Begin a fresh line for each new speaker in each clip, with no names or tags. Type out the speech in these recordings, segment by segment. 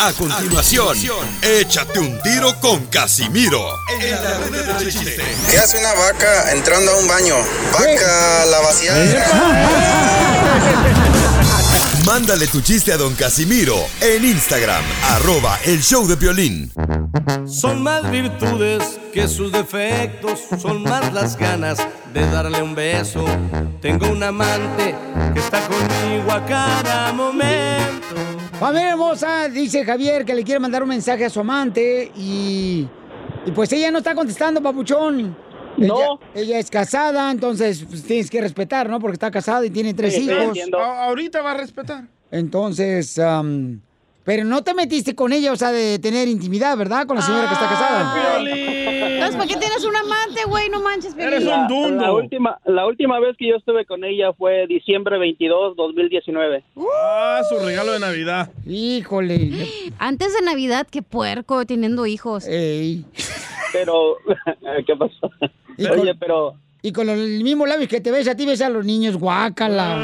A continuación, échate un tiro con Casimiro. En la Ruleta de Chistes.
¿Qué hace una vaca entrando a un baño? Vaca, la vaciada.
Mándale tu chiste a don Casimiro en Instagram, arroba el show de violín.
Son más virtudes que sus defectos, son más las ganas de darle un beso. Tengo un amante que está conmigo a cada momento.
Familia hermosa, dice Javier que le quiere mandar un mensaje a su amante y, y pues ella no está contestando, papuchón.
No.
Ella, ella es casada, entonces pues, tienes que respetar, ¿no? Porque está casada y tiene tres
Sí, sí,
hijos.
entiendo.
A- ahorita va a respetar.
Entonces, am, pero no te metiste con ella, o sea, de tener intimidad, ¿verdad? Con la señora que está
Ah.
casada.
Entonces, ¿por qué tienes un amante, güey? No manches, Piolín.
La- La, última, la última vez que yo estuve con ella fue diciembre 22, 2019.
Ah, su regalo de Navidad.
Híjole.
Antes de Navidad, qué puerco, teniendo hijos.
Eh, Ey.
Pero, ¿qué pasó?
Y
Oye,
con-
pero
Y con los- el mismo labios que te ves a ti, ves a los niños, guácala.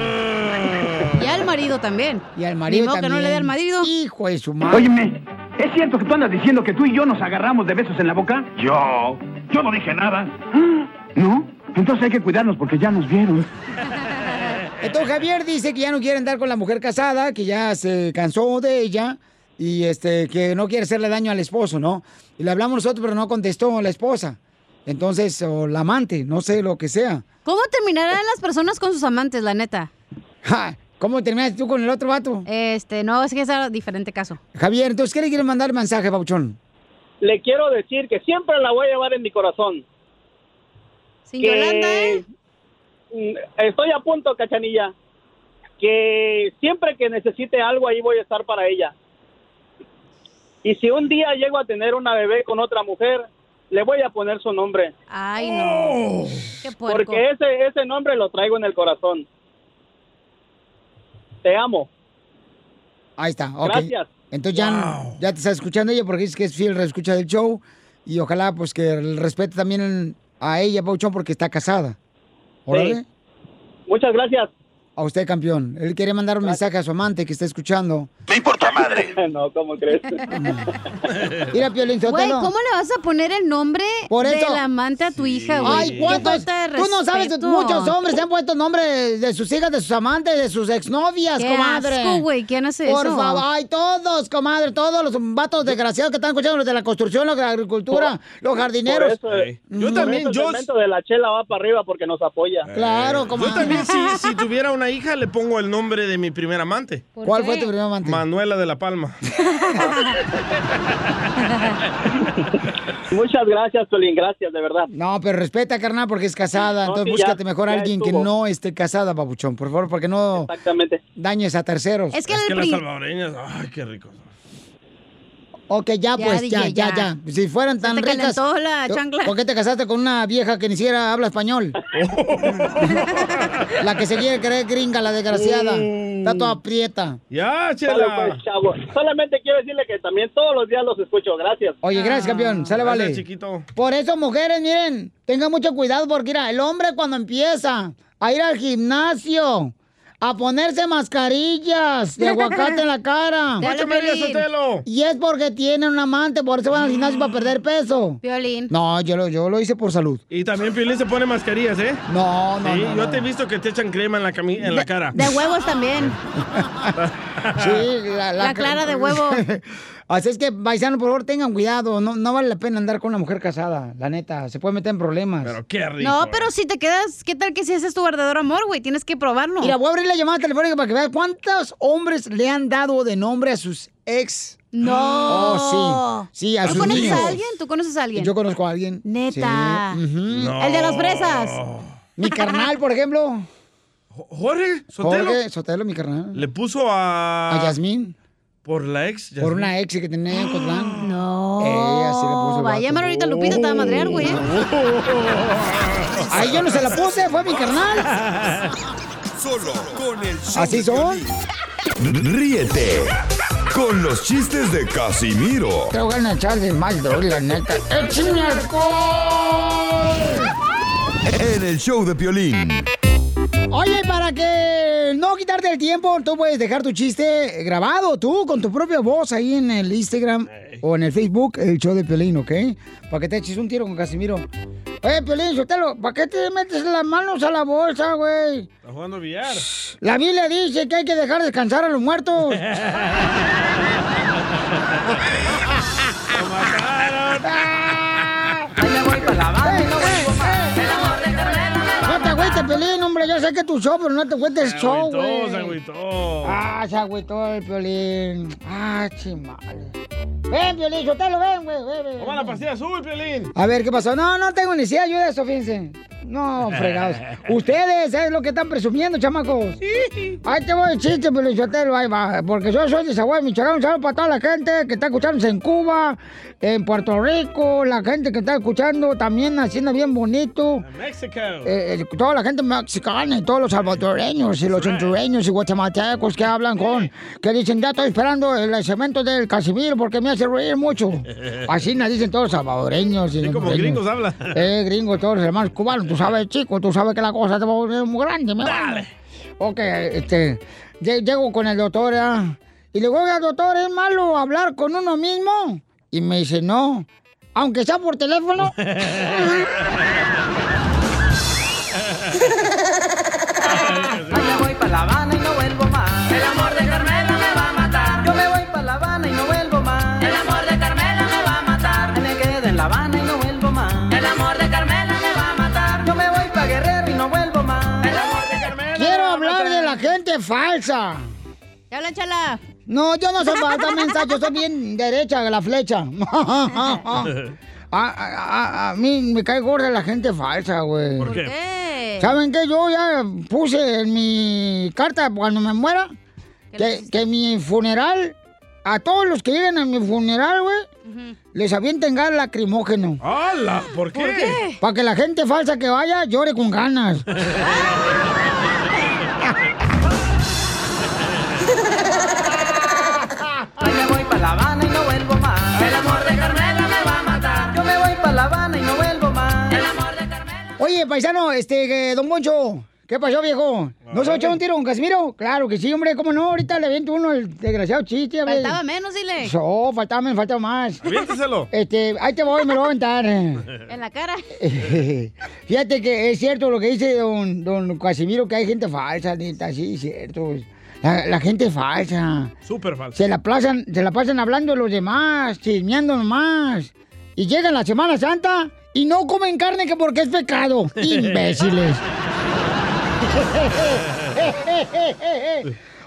Y al marido también.
Y al marido
Ni modo que
también.
no le dé al marido.
Hijo de su madre.
Óyeme, ¿es cierto que tú andas diciendo que tú y yo nos agarramos de besos en la boca?
Yo, yo no dije nada.
Ah.
¿No? Entonces hay que cuidarnos porque ya nos vieron.
Entonces Javier dice que ya no quiere andar con la mujer casada, que ya se cansó de ella y este que no quiere hacerle daño al esposo, ¿no? Y le hablamos nosotros, pero no contestó la esposa. Entonces, o la amante, no sé lo que sea.
¿Cómo terminarán las personas con sus amantes, la neta?
Ja, ¿Cómo terminaste tú con el otro vato?
Este, no, es que es algo diferente caso.
Javier, entonces, ¿qué le quieres mandar mensaje, Pauchón?
le quiero decir que siempre la voy a llevar en mi corazón.
Sin
que-
Yolanda, ¿eh?
Mm, Estoy a punto, cachanilla. Que siempre que necesite algo, ahí voy a estar para ella. Y si un día llego a tener una bebé con otra mujer, le voy a poner su nombre.
Ay, no.
Oh.
Qué puerco.
Porque ese, ese nombre lo traigo en el corazón. Te amo.
Ahí está, ok.
Gracias.
Entonces ya, ya te está escuchando ella porque dice que es fiel, escucha del show. Y ojalá, pues, que respete también a ella, Pauchón, porque está casada. Órale.
Muchas gracias.
A usted, campeón. Él quiere mandar un mensaje a su amante que está escuchando.
Me importa madre.
no, ¿cómo crees?
Mira, Piolín
Güey,
Sotelo.
¿cómo le vas a poner el nombre
Por eso.
del amante a tu hija, güey?
Ay,
Qué
¿cuántos?
falta de
Tú no sabes,
respeto.
muchos hombres ¿eh? se han puesto nombres de sus hijas, de sus amantes, de sus exnovias,
Qué
comadre.
asco, güey. ¿Quién hace
Por
eso?
favor, ay, todos, comadre, todos los vatos desgraciados que están escuchando, los de la construcción, los de la agricultura, los jardineros.
Por eso, eh,
Yo también,
por eso
yo.
el segmento de la chela va para arriba porque nos apoya.
Claro,
Eh, Yo
comadre.
también, si, si tuviera una hija, le pongo el nombre de mi primer amante.
¿Por
¿Cuál fue
qué?
tu primer amante?
Manuela de la Palma.
Muchas gracias, Solín. Gracias, de verdad.
No, pero respeta, carnal, porque es casada.
No,
Entonces
sí,
búscate
ya,
mejor a
ya
alguien que
estuvo.
no esté casada, babuchón, por favor, porque no
Exactamente.
dañes a terceros.
Es que,
Es
el
que las
pri-
salvadoreñas, ay, qué rico.
Ok, ya,
Ya,
pues, ya,
DJ,
ya,
ya.
ya. Si fueran tan
te
ricas.
calentó la
¿tú-
chancla.
¿Por qué te casaste con una vieja que ni siquiera habla español? la que se quiere creer gringa, la desgraciada. Está
Mm.
toda prieta.
Ya,
Dale,
chela.
pues, chavo. Solamente quiero decirle que también todos los días los escucho. Gracias.
Oye, gracias, campeón. Sale,
Gracias,
vale.
chiquito.
Por eso, mujeres, miren, tengan mucho cuidado porque, mira, el hombre cuando empieza a ir al gimnasio, a ponerse mascarillas de aguacate en la cara.
Dale,
Échame el
Piolín.
Sotelo.
Y es porque tienen un amante, por eso van al gimnasio para perder peso.
Piolín.
No, yo lo, yo lo hice por salud.
Y también Piolín se pone mascarillas, ¿eh?
No, no,
Sí,
no,
yo
no.
te he visto que te echan crema en la, cami- en la cara.
De huevos también.
Sí, la,
La clara de huevo.
Así es que, paisano, por favor, tengan cuidado. No, no vale la pena andar con una mujer casada, la neta. Se puede meter en problemas.
Pero qué rico.
No, pero si te quedas, ¿qué tal que si ese es tu verdadero amor, güey? Tienes que probarlo.
Mira, voy a abrir la llamada telefónica para que veas cuántos hombres le han dado de nombre a sus ex.
no.
Oh, sí. Sí, a
¿Tú
sus
conoces
niños.
a alguien? ¿Tú conoces a alguien?
Yo conozco a alguien.
Neta.
Sí, ujú.
No.
El de las fresas.
Oh.
Mi carnal, por ejemplo.
Jorge Sotelo
Jorge Sotelo, mi carnal.
le puso
A
a...
Yasmín,
por la ex.
por una ex que tenía en Cotlán.
No.
Ella sí le puso el
Va a
vato.
llamar ahorita a Lupita, te va a madrear,
¿eh?
güey.
Ahí yo no se la puse, fue mi carnal.
Solo con el show
Así
de
son.
Piolín. Ríete con los chistes de Casimiro
Tengo ganas de echar de mal, doy, la neta. ¡Échame alcohol!
en el show de Piolín.
Oye, para que al no quitarte el tiempo, tú puedes dejar tu chiste grabado tú con tu propia voz ahí en el Instagram o en el Facebook, el show de Piolín, ¿ok? Para que te eches un tiro con Casimiro. Oye, Piolín, Sotelo, ¿para qué te metes las manos a la bolsa, güey?
¿Estás jugando billar?
La Biblia dice que hay que dejar descansar a los muertos. No te agüites, Piolín, hombre. Yo sé que tu show, pero no te agüites el show, güey.
Se agüitó.
Ah, se agüitó el Piolín. Ah, chimal. Ven, Piolín, Sotelo, ven, güey. Ven, ven,
Toma la
ven.
pastilla azul, Piolín.
A ver, ¿qué pasó? No, no tengo ni siquiera ayuda de eso, fíjense. No, fregados. Ustedes es lo que están presumiendo, chamacos. Ahí te voy el chiste, Pelichotelo, ahí va. Porque yo soy de Zaguay, Michoacán. Un saludo para toda la gente que está escuchándose en Cuba, en Puerto Rico, la gente que está escuchando también haciendo bien bonito.
México.
Eh, eh, toda la gente mexicana y todos los salvadoreños y los hondureños y guatemaltecos que hablan con, que dicen, ya estoy esperando el segmento del Casimiro porque me hace reír mucho. Así nos dicen todos los salvadoreños. Y
Sí, como
hondureños.
gringos hablan.
Eh, gringos, todos los hermanos cubanos. Tú sabes, chico, tú sabes que la cosa te va a volver muy grande. mi hermano. Ok, este, lle- llego con el doctor ¿ah? y le digo, oiga, doctor, ¿es malo hablar con uno mismo? Y me dice, no, aunque sea por teléfono.
para La Habana y no vuelvo más. El amor de Carmela me va a matar. Yo me voy para La Habana y no vuelvo más. El amor de Carmela me va a matar. Me quedo en La Habana y no vuelvo más. El amor de Carmela me va a matar. Yo me voy para Guerrero y no vuelvo más. El amor de Carmela.
Quiero hablar de la gente falsa.
Chala, chala.
No, yo no soy falsa, mensa, yo soy bien derecha de la flecha. Ah,
Ah.
a, ah, a- a- a mí me cae gorda la gente falsa, güey.
¿Por qué?
¿Saben qué? Yo ya puse en mi carta cuando me muera que, que mi funeral, a todos los que lleguen a mi funeral, güey, les avienten gas lacrimógeno.
¡Hala! ¿Por qué?
Para que la gente falsa que vaya llore con ganas.
Hoy me voy para La Habana y no vuelvo más. El amor de Carmela me va a matar. Yo me voy para La Habana y no vuelvo más. El amor de
Oye, paisano, este, eh, don Moncho, ¿qué pasó, viejo? ¿No se va a echar un tiro con Casimiro? Claro que sí, hombre, ¿cómo no? Ahorita le aviento uno el desgraciado chiste. a ver.
Faltaba menos, dile.
No, faltaba menos, faltaba más.
Aviénteselo.
Este, ahí te voy, me lo voy a aventar. eh.
En la cara.
Fíjate que es cierto lo que dice don, don Casimiro, que hay gente falsa, neta, sí, es cierto. La, la gente es falsa.
Súper falso.
Se la, pasan, se la pasan hablando de los demás, chismeando nomás. Y llegan la Semana Santa y no comen carne que porque es pecado. Imbéciles.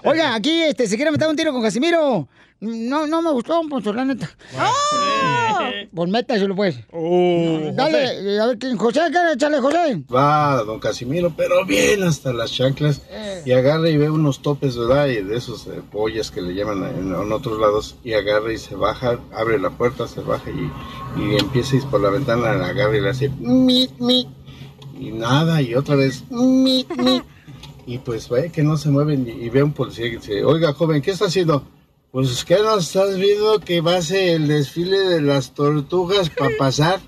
Oiga, aquí este, se quiere meter un tiro con Casimiro. No, no me gustó, pues, la neta. Pues métaselo, pues. Dale, eh, a ver, ¿quién? José, ¿qué? Échale, José.
va don Casimiro, pero bien hasta las chanclas y agarra y ve unos topes, ¿verdad? Y de esos eh, pollas que le llaman en, en otros lados y agarra y se baja, abre la puerta, se baja y, y empieza a ir por la ventana, la agarra y le hace mi, mi, y nada, y otra vez mi, mi, y pues ve que no se mueven y, y ve a un policía que dice, oiga joven, ¿qué está haciendo? Pues que no estás viendo que va a ser el desfile de las tortugas para pasar.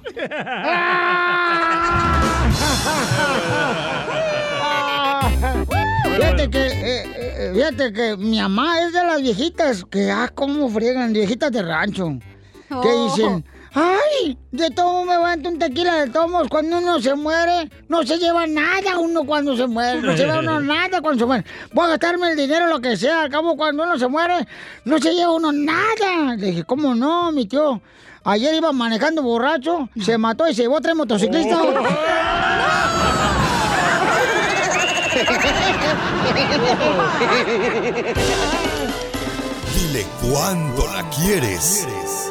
Fíjate que, eh, eh, fíjate que mi mamá es de las viejitas que, ah, cómo friegan, viejitas de rancho. Que
Oh.
dicen, ay, de todo me aguanto un tequila de tomos. Cuando uno se muere, no se lleva nada uno cuando se muere. No se lleva uno nada cuando se muere. Voy a gastarme el dinero, lo que sea. Al cabo, cuando uno se muere, no se lleva uno nada. Le dije, ¿cómo no, mi tío? Ayer iba manejando borracho, se mató y se llevó tres motociclistas.
Dile cuándo la quieres.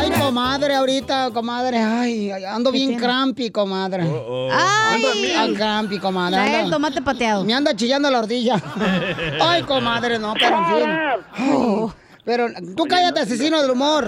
Ay, comadre, ahorita, comadre. Ay, ay, ando bien crampi, comadre.
Oh,
Ay.
Ando bien crampi, comadre.
Trae
anda-
el tomate pateado.
Me anda chillando la ardilla. Ay, comadre, no, pero en fin. Ay, pero tú cállate, asesino del humor.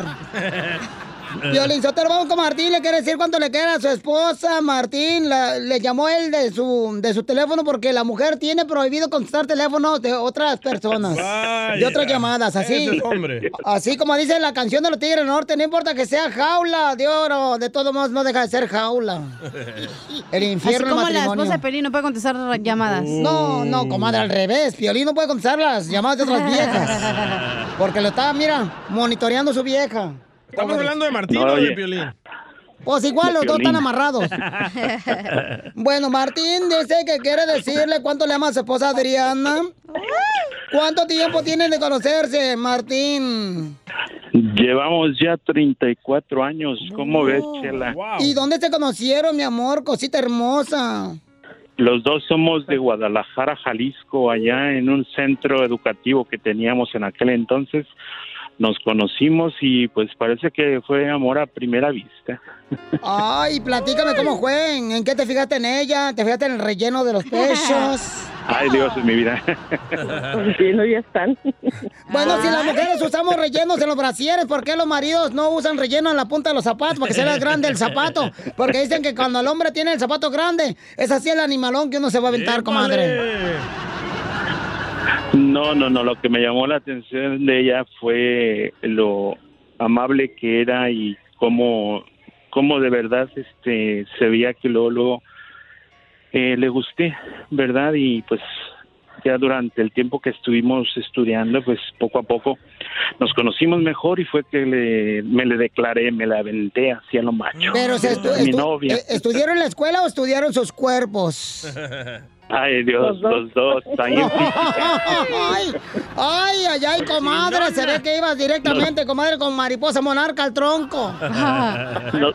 Violín Sotelo, vamos con Martín, le quiere decir cuánto le queda a su esposa, Martín. la- le llamó él de su, de su teléfono porque la mujer tiene prohibido contestar teléfonos de otras personas. De otras llamadas, así.
Ese es hombre.
Así como dice la canción de los Tigres del Norte, no importa que sea jaula de oro, de todos modos no deja de ser jaula. El infierno
Así como la
matrimonio.
esposa de Pelín no puede contestar ra- llamadas.
No, no, comadre, al revés. Piolín no puede contestar las llamadas de otras viejas. Porque lo está, mira, monitoreando su vieja.
Estamos hablando de Martín
No,
o
oye.
de Piolín.
Pues igual, los dos
Piolín.
están amarrados. Bueno, Martín dice que quiere decirle cuánto le ama a su esposa Adriana. ¿Cuánto tiempo tienen de conocerse, Martín?
Llevamos ya 34 años. ¿Cómo ves, Chela?
¿Y dónde se conocieron, mi amor? Cosita hermosa.
Los dos somos de Guadalajara, Jalisco, allá en un centro educativo que teníamos en aquel entonces. Nos conocimos y pues parece que fue amor a primera vista.
Ay, platícame cómo fue. ¿En en qué te fijaste en ella? ¿Te fijaste en el relleno de los pechos?
Ay, Dios, mi vida.
ya están.
Bueno, si las mujeres usamos rellenos en los brasieres, ¿por qué los maridos no usan relleno en la punta de los zapatos para que sea más grande el zapato? Porque dicen que cuando el hombre tiene el zapato grande, es así el animalón que uno se va a aventar, comadre.
No, no, no. Lo que me llamó la atención de ella fue lo amable que era y cómo, cómo de verdad este, se veía que luego, luego, eh, le gusté, ¿verdad? Y pues ya durante el tiempo que estuvimos estudiando, pues poco a poco nos conocimos mejor y fue que le- me le declaré, me la aventé hacia lo macho.
Pero se estu-
mi
estu-
novia.
eh, ¿estudiaron en la escuela o estudiaron sus cuerpos?
Ay,
Los
Dios,
dos.
los dos. ahí en
ay, ay, ay, ay,
Pues
comadre, se ve que ibas directamente, comadre, con mariposa monarca al tronco.
Nos,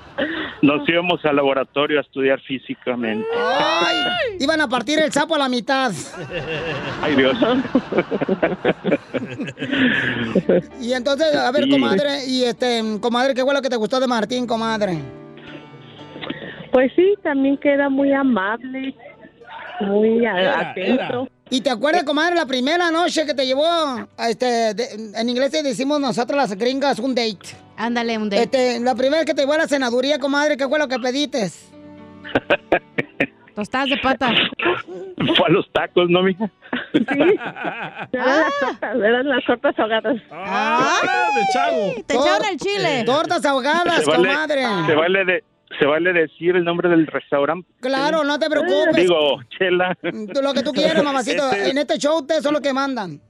nos íbamos al laboratorio a estudiar físicamente.
Ay, iban a partir el sapo a la mitad.
Ay, Dios.
Y entonces, a ver,
Sí.
comadre, y este, comadre, ¿qué fue lo que te gustó de Martín, comadre?
Pues sí, también que era muy amable, muy a- atento.
¿Y te acuerdas, comadre, la primera noche que te llevó, a este, de- en inglés le decimos nosotros las gringas, un date? Ándale, un date. Este, la primera que te llevó a la senaduría, comadre, ¿qué fue lo que pediste? Tostadas de pata.
Fue a los tacos, ¿no, mija? Ah.
Eran las tortas, eran las tortas ahogadas. eh,
de chavo.
Ah. Te echaron el chile.
Tortas ahogadas,
Se vale,
comadre.
se vale de- se vale decir el nombre del restaurante.
Claro, no te preocupes.
Digo, chela.
Tú Lo que tú quieras, mamacito. En este show ustedes son los que mandan.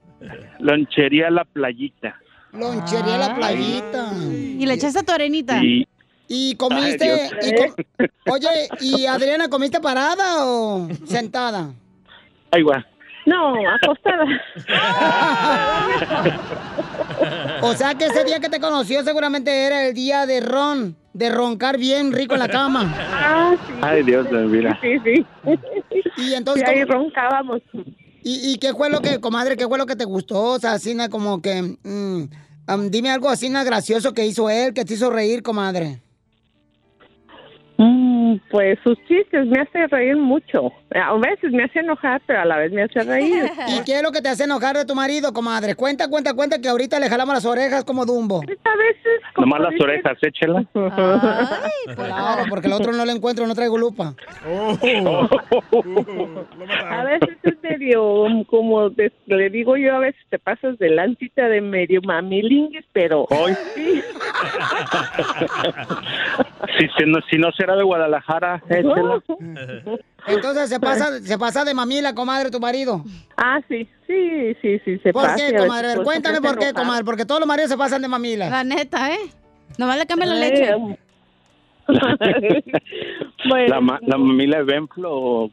Lonchería La Playita.
Lonchería la playita.
Y le echaste tu arenita.
Y
¿Y comiste?
Ay,
y co-
Dios.
Oye, ¿y Adriana, comiste parada o sentada?
ay, guau.
No, acostada. o sea que ese día que te conoció seguramente era el día de ron, de roncar bien rico en la cama.
Ay, Dios, mi vida.
Sí, sí.
Y entonces...
Y ahí
roncábamos. ¿Y, y qué fue lo que, comadre, qué fue lo que te gustó? O sea, Asina, como que... mm, am, dime algo, Asina, gracioso que hizo él, que te hizo reír, comadre.
Mm, Pues sus chistes me hace reír mucho. Eh, A veces me hace enojar, pero a la vez me hace reír.
¿Y qué es lo que te hace enojar de tu marido, comadre? Cuenta, cuenta, cuenta que ahorita le jalamos las orejas como Dumbo.
A veces...
Nomás las orejas, ¿eh, échela.
Claro, porque el otro no lo encuentro, no traigo lupa.
Oh.
A veces es medio, mm, como de- le digo yo, a veces te pasas de lancita de medio mamilinguis, pero...
Hoy.
Sí,
Si, si no, si no será de Guadalajara, ¿eh, échela.
Entonces se pasa, se pasa de mamila, comadre, tu marido.
Ah, sí, sí, sí, sí, se
¿Por
pasa.
qué, comadre? A ver, cuéntame por qué, comadre, porque todos los maridos se pasan de mamila.
La neta, ¿eh? Nomás le cambian la
Ay,
leche.
am- Bueno,
la, ma- la mamila de Benflo o-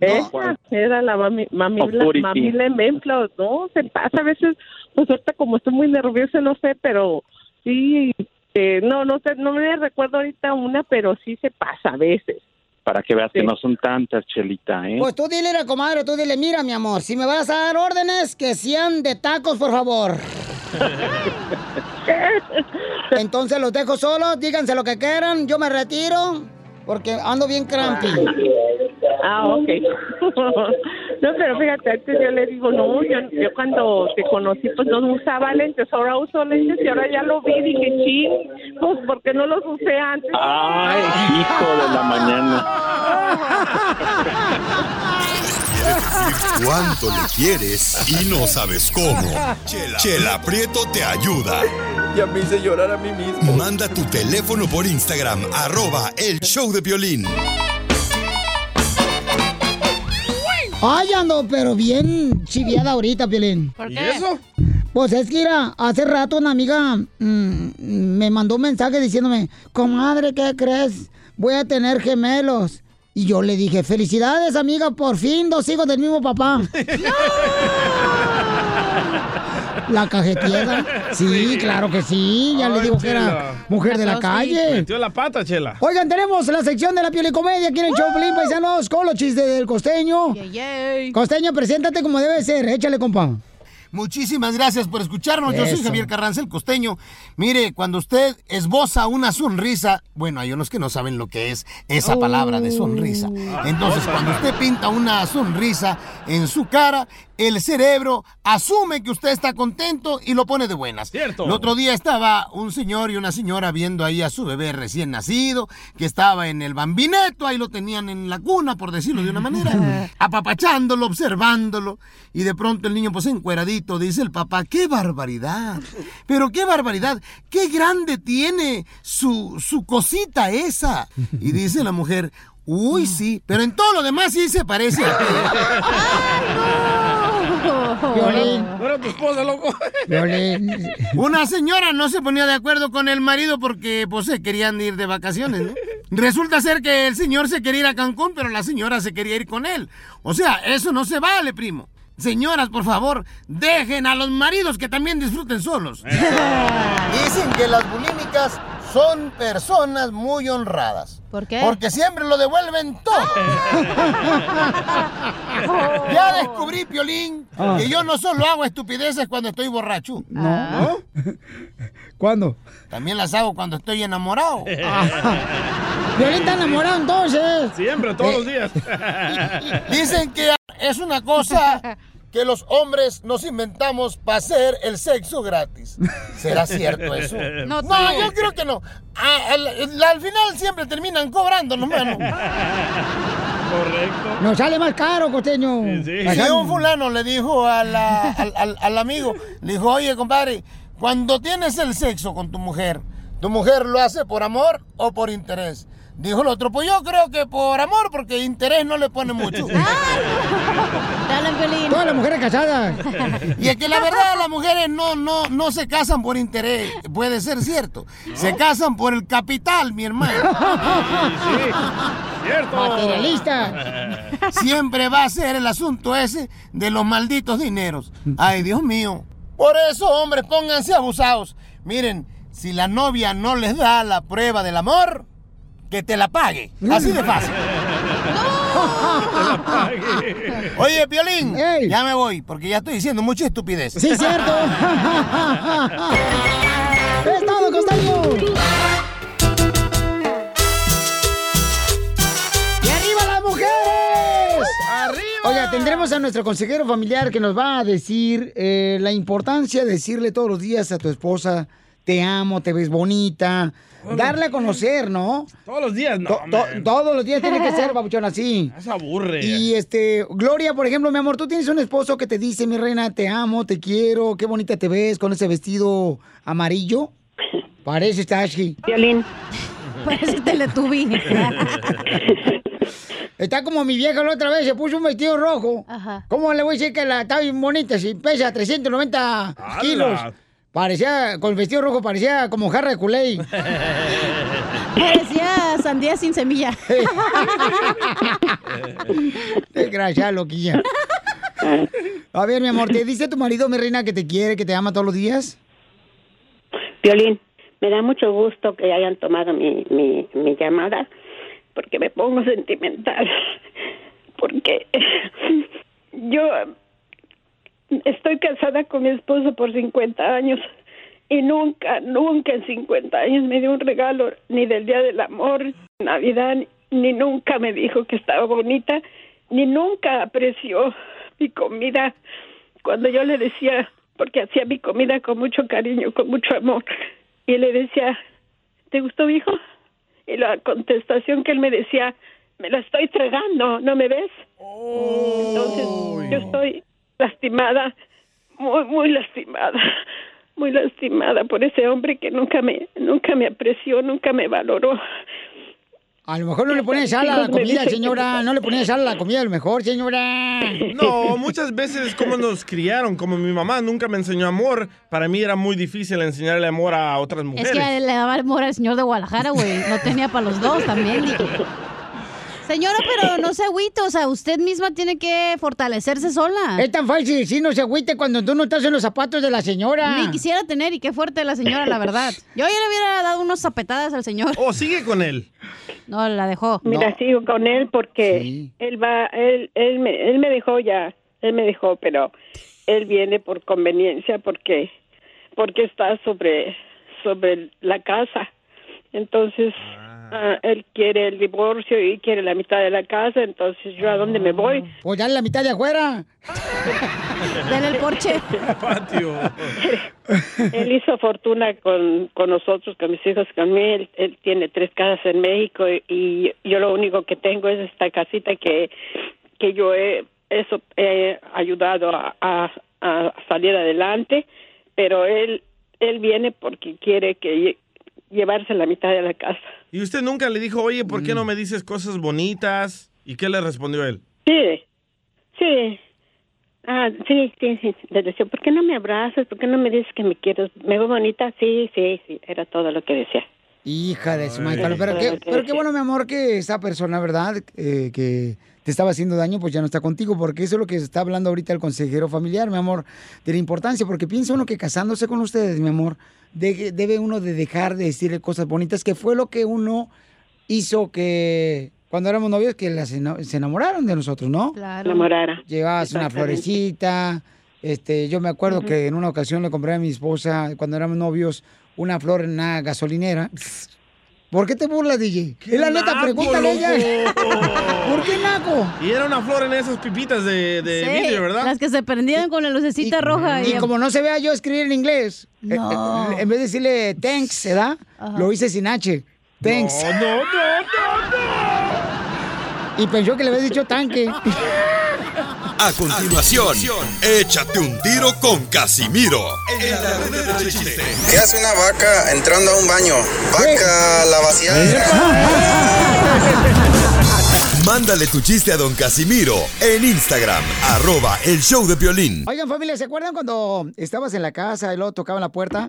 Esa ¿Eh? era la mami, mami,
O Purity.
mami la mempla, no, se pasa a veces, pues ahorita como estoy muy nerviosa, no sé, pero sí, eh, no, no sé, no me recuerdo ahorita una, pero sí se pasa a veces.
para que veas que no son tantas, Chelita, ¿eh?
Pues tú dile a la comadre, tú dile, mira, mi amor, si me vas a dar órdenes, que sean de tacos, por favor. Entonces los dejo solos, díganse lo que quieran, yo me retiro, porque ando bien crampi.
Ah, ok. no, pero fíjate, antes yo le digo, no, yo, yo cuando te conocí, pues no usaba lentes, ahora uso lentes y ahora ya lo vi, dije, sí, pues porque no los usé antes.
Ay, hijo de la mañana.
¿Cuánto le quieres y no sabes cómo? Chela, Chela Prieto te ayuda.
Ya me hice llorar a mí mismo.
Manda tu teléfono por Instagram, arroba el show de violín.
Ay, ando, pero bien chiviada ahorita, Piolín.
¿Por qué? ¿Y eso?
Pues es que, mira, hace rato una amiga mm, me mandó un mensaje diciéndome, comadre, ¿qué crees? Voy a tener gemelos. Y yo le dije, felicidades, amiga, por fin dos hijos del mismo papá. La cajeteada. Sí,
Sí.
claro que sí. Ya le
Ay,
digo que
Chela.
era mujer de la calle.
Metió la pata, Chela.
Oigan, tenemos la sección de la piolicomedia aquí en el show, Pelín Paisanos, con los chistes del costeño. Costeño, preséntate como debe ser. Échale, compa.
Muchísimas gracias por escucharnos. Yo soy
Eso.
Javier Carranza, el costeño. Mire, cuando usted esboza una sonrisa, bueno, hay unos que no saben lo que es esa palabra de sonrisa. Entonces,
cosa.
cuando usted pinta una sonrisa en su cara, el cerebro asume que usted está contento y lo pone de buenas. Cierto. El otro día estaba un señor y una señora viendo ahí a su bebé recién nacido, que estaba en el bambineto, ahí lo tenían en la cuna, por decirlo de una manera, apapachándolo, observándolo, y de pronto el niño pues encueradito, dice el papá, qué barbaridad, pero qué barbaridad, qué grande tiene su, su cosita esa. Y dice la mujer, uy sí, pero en todo lo demás sí se parece. a ti".
Violín.
No era tu esposa, loco.
Violín.
Una señora no se ponía de acuerdo con el marido porque, pues, se querían ir de vacaciones, ¿no? Resulta ser que el señor se quería ir a Cancún, pero la señora se quería ir con él. O sea, eso no se vale, primo. Señoras, por favor, dejen a los maridos que también disfruten solos. Dicen que las bulímicas son personas muy honradas.
¿Por qué?
Porque siempre lo devuelven todo. ya descubrí, Piolín,
Ah.
que yo no solo hago estupideces cuando estoy borracho.
No. ¿Cuándo?
También las hago cuando estoy enamorado.
Ah. Violín está enamorado entonces. Eh,
Siempre,
todos los
días. Dicen que es una cosa que los hombres nos inventamos para hacer el sexo gratis. ¿Será cierto eso?
No, tú.
yo creo que no. A- al, al final siempre terminan cobrando, los manos. Correcto.
Nos sale más caro, costeño.
Y un fulano le dijo a la- al, al- al amigo, le dijo, oye, compadre, cuando tienes el sexo con tu mujer, ¿tu mujer lo hace por amor o por interés? Dijo el otro, pues yo creo que por amor, porque interés no le pone mucho.
Todas las mujeres casadas.
Y es que la verdad las mujeres no, no, no se casan por interés, puede ser cierto. Se casan por el capital, mi hermano.
cierto.
Materialista. Siempre va a ser el asunto ese de los malditos dineros. Ay, Dios mío. Por eso, hombres, pónganse abusados. Miren, si la novia no les da la prueba del amor, que te la pague. Así de fácil. Oye, Piolín, ya me voy, porque ya estoy diciendo mucha estupidez.
Sí, cierto. ¡Es todo, costeño! ¡Y arriba las mujeres! ¡Arriba! Oiga, tendremos a nuestro consejero familiar que nos va a decir eh, la importancia de decirle todos los días a tu esposa, te amo, te ves bonita. Darle a conocer, ¿no?
Todos los días, no.
To- to-
man.
todos los días tiene que ser, babuchón, así.
Es aburre.
Y este, Gloria, por ejemplo, mi amor, tú tienes un esposo que te dice, mi reina, te amo, te quiero, qué bonita te ves con ese vestido amarillo. Parece Tashi.
Violín.
Parece este Teletubby. Está como mi vieja la otra vez, se puso un vestido rojo. ¿Cómo le voy a decir que la está bien bonita si pesa 390 kilos? Parecía, con el vestido rojo parecía como jarra de culé.
Parecía sandía sin semilla.
Desgraciada, loquilla. A ver, mi amor, ¿te dice tu marido, mi reina, que te quiere, que te ama todos los días?
Violín, me da mucho gusto que hayan tomado mi, mi, mi llamada porque me pongo sentimental. Porque yo estoy casada con mi esposo por 50 años y nunca, nunca en 50 años me dio un regalo ni del Día del Amor, ni Navidad, ni nunca me dijo que estaba bonita, ni nunca apreció mi comida. Cuando yo le decía, porque hacía mi comida con mucho cariño, con mucho amor, y le decía, ¿te gustó, hijo? Y la contestación que él me decía, me la estoy tragando, ¿no me ves? Entonces, yo estoy lastimada, muy, muy lastimada, muy lastimada por ese hombre que nunca me, nunca me apreció, nunca me valoró.
A lo mejor no le pones sal a la
Hijos me
comida,
dicen que-
señora. No le pones sal a la comida, a lo mejor, señora.
No, muchas veces como nos criaron, como mi mamá nunca me enseñó amor, para mí era muy difícil enseñarle amor a otras
Es
mujeres.
que le daba amor al señor de Guadalajara, güey. No tenía para los dos también. dije. Señora, pero no se agüite. O sea, usted misma tiene que fortalecerse sola.
Es tan fácil decir no se agüite cuando tú no estás en los zapatos de la señora.
Ni quisiera tener, y qué fuerte la señora, la verdad. Yo ya le hubiera dado unos zapetadas al señor.
¿O sigue con él?
No, la dejó.
Mira, sigo con él porque él va, él, él, me, él me dejó ya, él me dejó, pero él viene por conveniencia porque, porque está sobre, sobre la casa. Entonces, ah, él quiere el divorcio y quiere la mitad de la casa, entonces
Ah.
yo a dónde me voy.
Pues dale la mitad de afuera.
Dale el porche.
él hizo fortuna con, con nosotros, con mis hijos, con mí. Él, él tiene tres casas en México y, y yo lo único que tengo es esta casita que, que yo he, eso, he ayudado a, a- a salir adelante, pero él, él viene porque quiere que lle- llevarse la mitad de la casa.
Y usted nunca le dijo, oye, ¿por
Mm.
qué no me dices cosas bonitas? ¿Y qué le respondió él?
Sí, sí. Ah, sí, sí, sí. Le decía, ¿por qué no me abrazas? ¿Por qué no me dices que me quieres? ¿Me veo bonita? Sí, sí, sí. Era todo lo que decía.
Hija de su madre. Pero, pero qué, pero qué bueno, mi amor, que esa persona, ¿verdad? Eh, que te estaba haciendo daño, pues ya no está contigo, porque eso es lo que está hablando ahorita el consejero familiar, mi amor, de la importancia, porque piensa uno que casándose con ustedes, mi amor, de- debe uno de dejar de decirle cosas bonitas, que fue lo que uno hizo que cuando éramos novios, que las eno- se enamoraron de nosotros, ¿no?
Claro. Enamorara.
Llevabas una
Exactamente.
florecita. Este, yo me acuerdo
Ujú.
que en una ocasión le compré a mi esposa, cuando éramos novios, una flor en una gasolinera. ¿Por qué te burlas, DJ? Es la neta,
naco,
pregúntale a ella. ¿Por qué naco?
Y era una flor en esas pipitas de, de
Sí,
vidrio, ¿verdad?
Las que se prendían con la lucecita roja.
Y como no se vea yo escribir en inglés,
No.
eh, eh, en vez de decirle thanks, ¿verdad?
Ajá.
Lo hice sin H. Thanks.
No, no, no,
Y pensó que le había dicho tanque.
A continuación, échate un tiro con Casimiro.
¿Qué hace una vaca entrando a un baño? Vaca la vaciada.
Mándale tu chiste a don Casimiro en Instagram, arroba el show de violín.
Oigan, familia, ¿se acuerdan cuando estabas en la casa y luego tocaban la puerta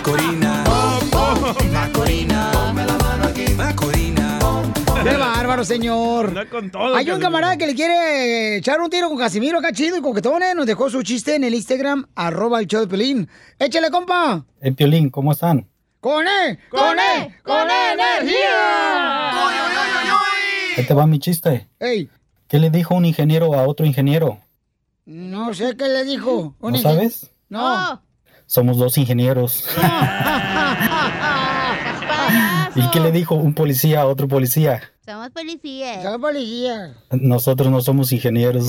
Corina. Corina.
¡Qué bárbaro, señor!
con todo,
Hay un
Casimiro.
camarada que le quiere echar un tiro con Casimiro, acá chido y coquetón, ¿eh? Nos dejó su chiste en el Instagram, arroba el show de Pelín. ¡Échale, compa!
Eh, Piolín, ¿cómo están?
¡Con E! ¡Con E! ¡Con E energía!
Ahí te va mi chiste.
¡Ey!
¿Qué le dijo un ingeniero a otro ingeniero?
No sé qué le dijo.
¿No
ingen-
sabes?
No.
Somos dos ingenieros. ¿Y qué le dijo un policía a otro policía?
Somos policías.
Somos policías.
Nosotros no somos ingenieros.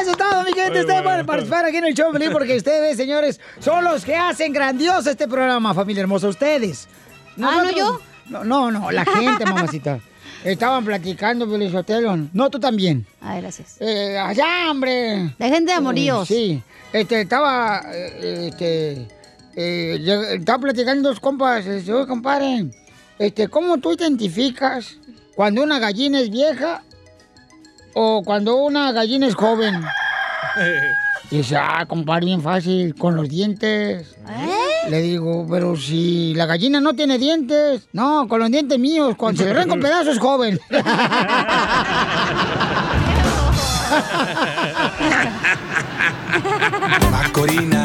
Eso es todo, mi gente. Ustedes pueden participar aquí en el show, de Pelín, porque ustedes, señores, son los que hacen grandioso este programa, familia hermosa. Ustedes.
Ah, ¿no yo?
No, no, no, la gente, mamacita. Estaban platicando, Pelizotelo. No, tú también.
Ah, gracias.
Eh, allá, hombre.
La gente de
amoríos.
amoríos.
sí. Este, estaba. eh, Este. eh, lleg- estaba platicando dos compas. Le dice, "Oye, compadre. Este, ¿cómo tú identificas cuando una gallina es vieja o cuando una gallina es joven? Y dice, ah, compadre, bien fácil, con los dientes.
¿Eh?
Le digo, pero si la gallina no tiene dientes. No, con los dientes míos, cuando se le arranca un pedazo es joven.
Corina.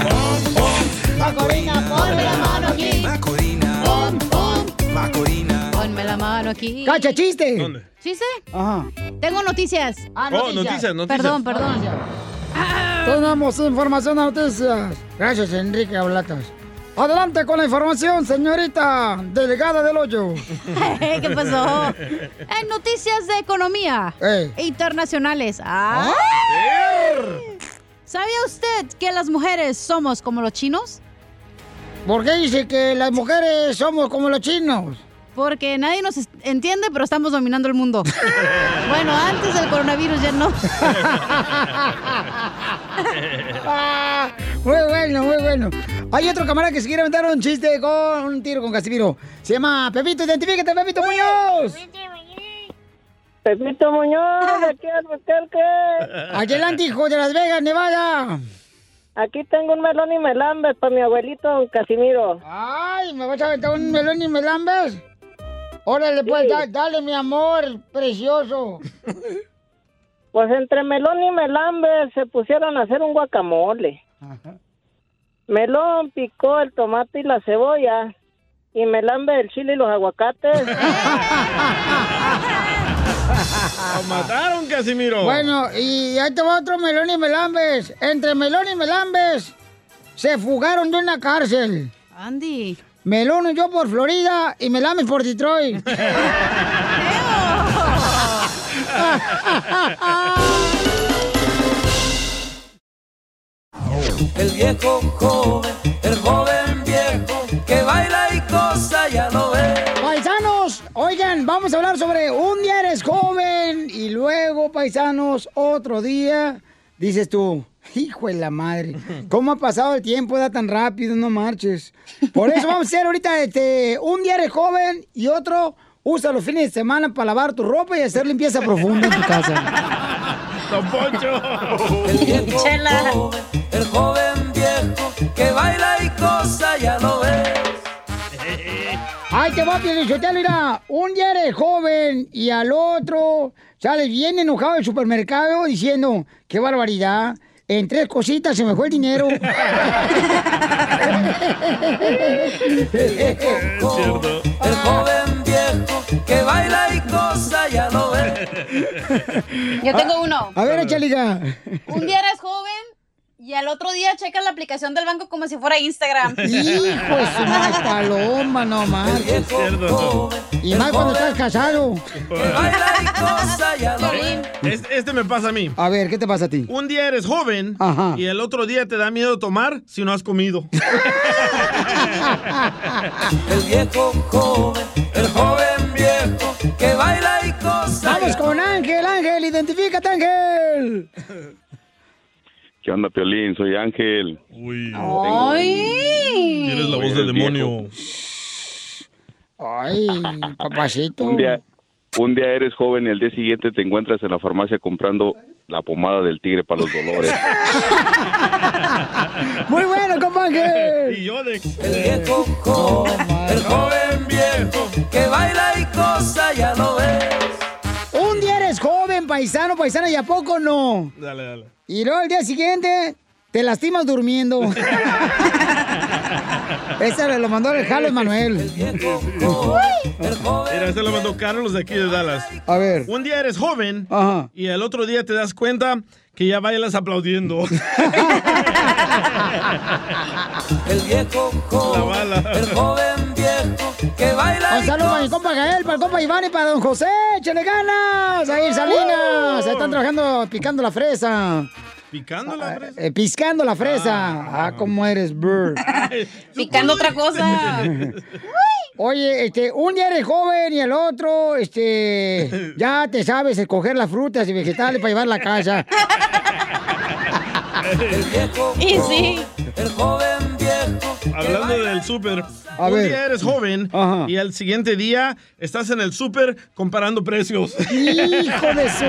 ponme la mano aquí.
Ponme la mano aquí.
¡Cacha, chiste!
¿Chiste?
Ajá.
Tengo noticias. Ah,
Oh, noticias, noticias.
Perdón, perdón.
Tenemos información, noticias. Gracias, Enrique Ablatas. Adelante con la información, señorita delegada del hoyo.
¿Qué pasó? En noticias de economía internacionales. ¡Ah! ¿Sabía usted que las mujeres somos como los chinos?
¿Por qué dice que las mujeres somos como los chinos?
Porque nadie nos es- entiende, pero estamos dominando el mundo. bueno, antes del coronavirus ya no.
Ah, muy bueno, muy bueno. Hay otro camarada que se quiere aventar un chiste con un tiro con Casimiro. Se llama Pepito, identifícate, Pepito Muñoz. Pepito Muñoz, aquí Adelante, hijo de Las Vegas, Nevada.
Aquí tengo un melón y melambes para mi abuelito don Casimiro.
Ay, me vas a aventar un melón y melambes. Órale, pues,
Sí.
da- dale, mi amor, precioso.
Pues entre melón y melambes se pusieron a hacer un guacamole. Melón picó el tomate y la cebolla. Y melambe el chile y los aguacates.
¡Lo mataron, Casimiro!
Bueno, y ahí te va otro melón y melambes. Entre melón y melambes se fugaron de una cárcel.
Andy.
Melón yo por Florida y melambes por Detroit.
El viejo joven, el joven viejo, que baila y cosa ya lo ve.
Paisanos, oigan, vamos a hablar sobre un día eres joven y luego, paisanos, otro día, dices tú, hijo de la madre, ¿cómo ha pasado el tiempo? Da tan rápido, no marches. Por eso vamos a hacer ahorita este, un día eres joven y otro usa los fines de semana para lavar tu ropa y hacer limpieza profunda en tu casa.
Don Poncho. El viejo joven, el joven viejo, que baila y cosa ya lo ve.
Ay, te va, Pielichotelo, mira, un día eres joven y al otro sales bien enojado del supermercado diciendo, qué barbaridad, en tres cositas se me fue el dinero.
El joven viejo que baila y cosa ya lo ve.
Yo
Ah.
tengo uno.
A ver, échale,
Un día eres joven y al otro día checas la aplicación del banco como si fuera Instagram.
Hijo de su madre, paloma, no marches. Y más cuando estás casado.
Es- este me pasa a mí.
A ver, ¿qué te pasa a ti?
Un día eres joven y el otro día te da miedo tomar si no has comido.
El viejo joven, el joven viejo que baila y cosa.
Vamos con Ángel, Ángel, identifícate, Ángel.
¿Qué onda, Piolín? Soy Ángel.
Ay.
voz del demonio.
Ay, papacito.
Un día, un día eres joven y al día siguiente te encuentras en la farmacia comprando la pomada del tigre para los dolores.
Muy bueno, compadre.
Y yo de...
El viejo joven, el joven viejo, que baila y cosa ya lo ve.
Un día eres joven, paisano, paisana, ¿y a poco no?
Dale, dale.
Y luego al día siguiente te lastimas durmiendo. Ese le lo mandó el Jalo Manuel.
Mira, este lo mandó Carlos de aquí de Dallas.
A ver.
Un día eres joven y el otro día te das cuenta que ya bailas aplaudiendo.
El viejo joven, el joven viejo, que baila
Un saludo para mi compa Gael, para el compa Iván y para don José. ¡Échale ganas! Ahí, Salinas. Se están trabajando picando la fresa.
¿Picando la fresa?
Eh, piscando la fresa. Ah, cómo eres, bird.
Picando otra cosa.
Oye, este, un día eres joven y el otro, este, ya te sabes escoger las frutas y vegetales para llevar a la casa.
El viejo
Y sí.
joven, el joven viejo,
Hablando del súper.
A
Un
ver.
día eres joven y al siguiente día estás en el súper comparando precios.
Hijo
de su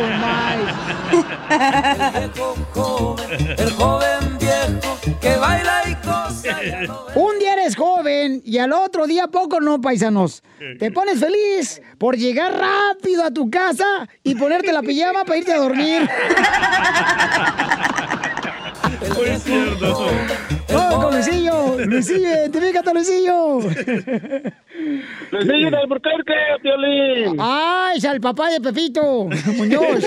el viejo joven, el joven viejo, que baila y cosa ya lo
Un día eres joven y al otro día poco no, paisanos. Te pones feliz por llegar rápido a tu casa y ponerte la pijama para irte a dormir.
Muy cierto.
¡Oh, con Luisillo! ¡Luisillo, identifícate, Luisillo!
Luisillo de
Alburquerque, Piolín! ¡Ay, ya el papá de Pepito! ¡Muñoz!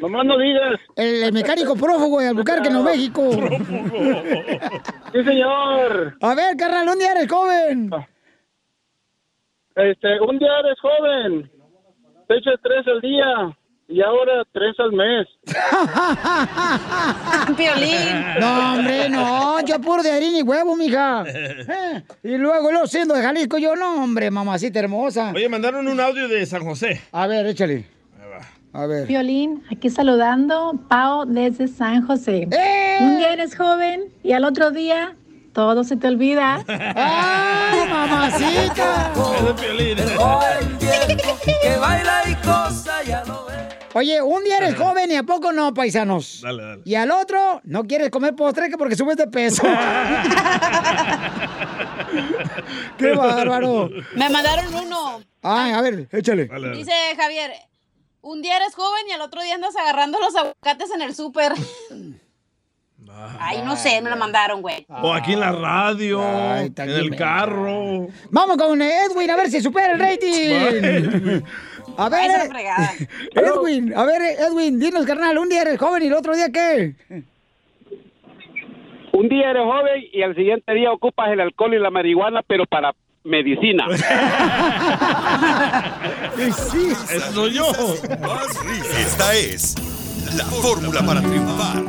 Nomás no digas.
El, el mecánico prófugo de Albuquerque, Nuevo México.
Sí, señor.
A ver, carnal, un día eres joven.
Este, un día eres joven, te echas tres al día y ahora tres al mes.
Ah. Piolín.
No, hombre, no. Yo puro de harina y huevo, mija. Eh, Y luego, lo siendo de Jalisco, yo no, hombre, mamacita hermosa.
Oye, mandaron un audio de San José.
A ver, échale. A ver.
Violín, aquí saludando, Pau desde San José.
¡Eh!
Un día eres joven y al otro día todo se te olvida.
¡Ay, ¡Ah, mamacita!
El joven viejo, que baila y cosa ya lo ve.
Oye, un día eres joven y a poco no, paisanos.
Dale, dale.
Y al otro, no quieres comer postre que porque subes de peso. ¡Qué bárbaro!
Me mandaron uno.
Ay, a ver, échale.
Dice Javier, un día eres joven y al otro día andas agarrando los aguacates en el súper.
Ah.
Ay, no sé, me lo mandaron, güey.
Ah.
O aquí en la radio, en el carro.
Vamos con Edwin a ver si supera el rating. A
Ay, se la
ver,
fregada.
Edwin, a ver, Edwin, dinos, carnal, un día eres joven y el otro día qué?
Un día eres joven y al siguiente día ocupas el alcohol y la marihuana, pero para medicina.
Sí.
Eso soy yo. Esta es la fórmula para triunfar.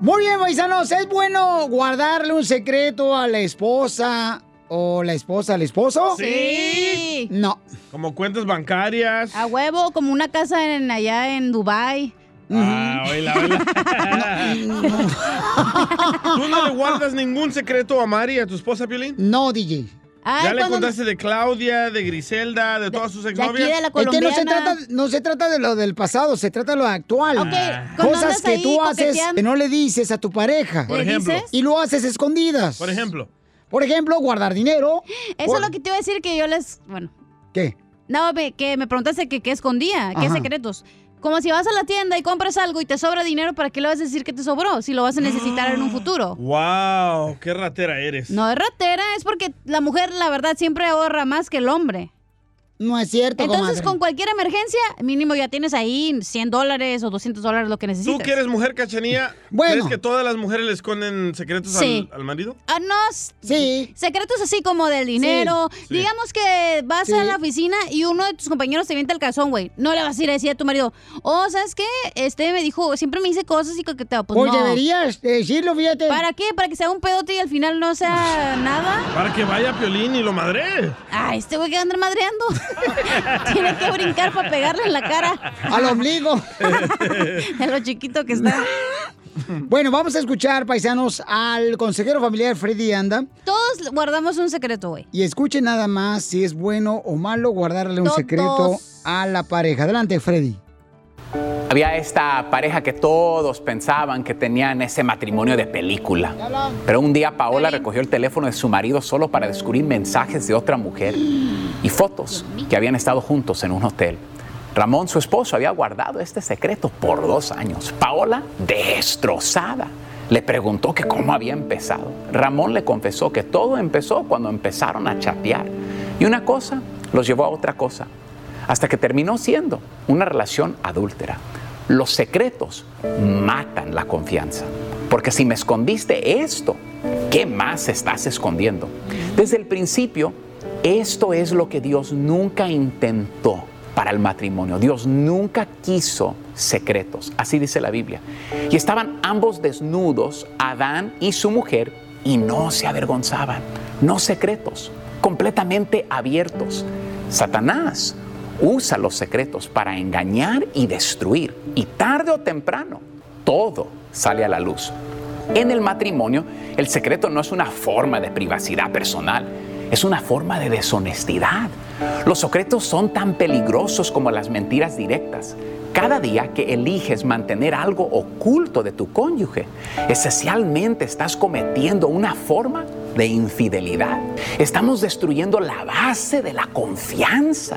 Muy bien, paisanos, ¿es bueno guardarle un secreto a la esposa o la esposa al esposo?
Sí.
No.
Oh, Como cuentas bancarias.
A huevo, como una casa en allá en Dubai.
Ah, baila, baila. ¿Tú no le guardas ningún secreto a Mari, a tu esposa, Piolín?
No, DJ.
¿Ya
Ay,
le
cuando-
contaste de Claudia, de Griselda, de, todas sus exnovias?
Es que Este, no se, trata, no se trata de lo del pasado, se trata de lo actual. Ah.
cuando
Cosas
andas
que
ahí
tú haces
coqueteando-
que no le dices a tu pareja.
Por ¿Le ejemplo. dices?
Y lo haces escondidas.
Por ejemplo.
Por ejemplo, guardar dinero.
Eso es lo que te iba a decir que yo les... Bueno.
¿Qué?
No, me- que me preguntaste que qué escondía, qué
Ajá.
secretos. Como si vas a la tienda y compras algo y te sobra dinero, ¿para qué le vas a decir que te sobró? Si lo vas a necesitar
Ah.
en un futuro.
¡Wow! ¡Qué ratera eres!
No es ratera, es porque la mujer, la verdad, siempre ahorra más que el hombre.
No es cierto,
Entonces,
comadre.
con cualquier emergencia, mínimo ya tienes ahí 100 dólares o 200 dólares lo que necesitas.
¿Tú que eres mujer, cachanía? ¿Crees que todas las mujeres le esconden secretos al-
Sí.
al, marido?
Ah, no. Sí. Secretos así como del dinero.
Sí.
Digamos que vas a la oficina y uno de tus compañeros te vienta el calzón, güey. No le vas a ir a decir a tu marido, oh, ¿sabes qué? Este me dijo, siempre me dice cosas y coqueteo. Pues,
Pues
no.
deberías decirlo, fíjate.
¿Para qué? ¿Para que sea un pedote y al final no sea nada?
Para que vaya Piolín y lo madre.
Ay, este güey que va a andar madreando. Tiene que brincar para pegarle en la cara.
Al ombligo.
De lo chiquito que está.
Bueno, vamos a escuchar, paisanos, al consejero familiar Freddy Anda.
Todos guardamos un secreto, güey.
Y escuchen nada más si es bueno o malo guardarle un
Todos.
secreto a la pareja. Adelante, Freddy.
Había esta pareja que todos pensaban que tenían ese matrimonio de película. Pero un día Paola recogió el teléfono de su marido solo para descubrir mensajes de otra mujer y fotos que habían estado juntos en un hotel. Ramón, su esposo, había guardado este secreto por dos años. Paola, destrozada, le preguntó que cómo había empezado. Ramón le confesó que todo empezó cuando empezaron a chatear. Y una cosa los llevó a otra cosa, hasta que terminó siendo una relación adúltera. Los secretos matan la confianza, porque si me escondiste esto, ¿qué más estás escondiendo? Desde el principio, esto es lo que Dios nunca intentó para el matrimonio. Dios nunca quiso secretos, así dice la Biblia. Y estaban ambos desnudos, Adán y su mujer, y no se avergonzaban, no secretos, completamente abiertos. Satanás usa los secretos para engañar y destruir, y tarde o temprano todo sale a la luz. En el matrimonio, el secreto no es una forma de privacidad personal, es una forma de deshonestidad. Los secretos son tan peligrosos como las mentiras directas. Cada día que eliges mantener algo oculto de tu cónyuge, esencialmente estás cometiendo una forma de infidelidad. Estamos destruyendo la base de la confianza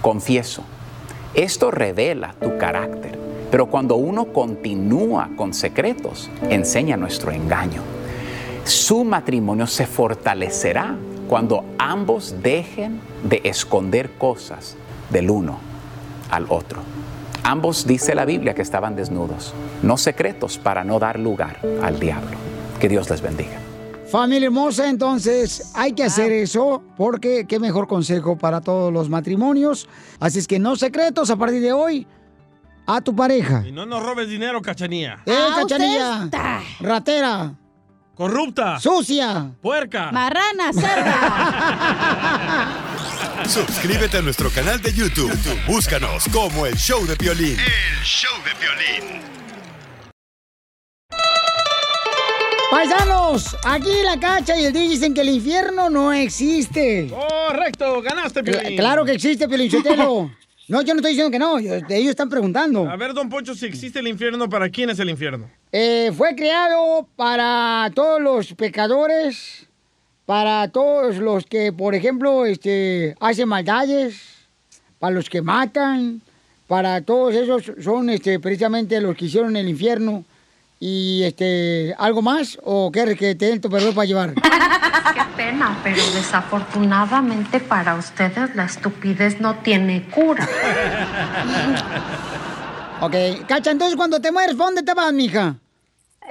Confieso. Esto revela tu carácter, pero cuando uno continúa con secretos, enseña nuestro engaño. Su matrimonio se fortalecerá cuando ambos dejen de esconder cosas del uno al otro. Ambos dice la Biblia que estaban desnudos, no secretos para no dar lugar al diablo. Que Dios les bendiga.
Familia hermosa, entonces hay que hacer eso porque qué mejor consejo para todos los matrimonios. Así es que no secretos a partir de hoy a tu pareja.
Y no nos robes dinero, cachanía.
¡Eh,
Ah,
cachanilla! ¡Ratera!
Corrupta.
¡Sucia!
Puerca.
Marrana, cerda.
Suscríbete a nuestro canal de YouTube. Búscanos como el show de violín.
El show de violín.
Paisanos, aquí la cacha y el DJ dicen que el infierno no existe.
Correcto, ganaste, Piolín.
Cla- Claro que existe, Piolinchotelo. No, yo no estoy diciendo que no, yo- ellos están preguntando.
A ver, don Poncho, si existe el infierno, ¿para quién es el infierno?
Eh, fue creado para todos los pecadores, para todos los que, por ejemplo, este, hacen maldades, para los que matan, para todos esos son este, precisamente los que hicieron el infierno. Y este, ¿algo más? ¿O quieres que te den tu perdón para llevar?
Qué pena, pero desafortunadamente para ustedes la estupidez no tiene cura.
Ok, Cacha, entonces cuando te mueres, ¿pa' ¿dónde te vas, mija?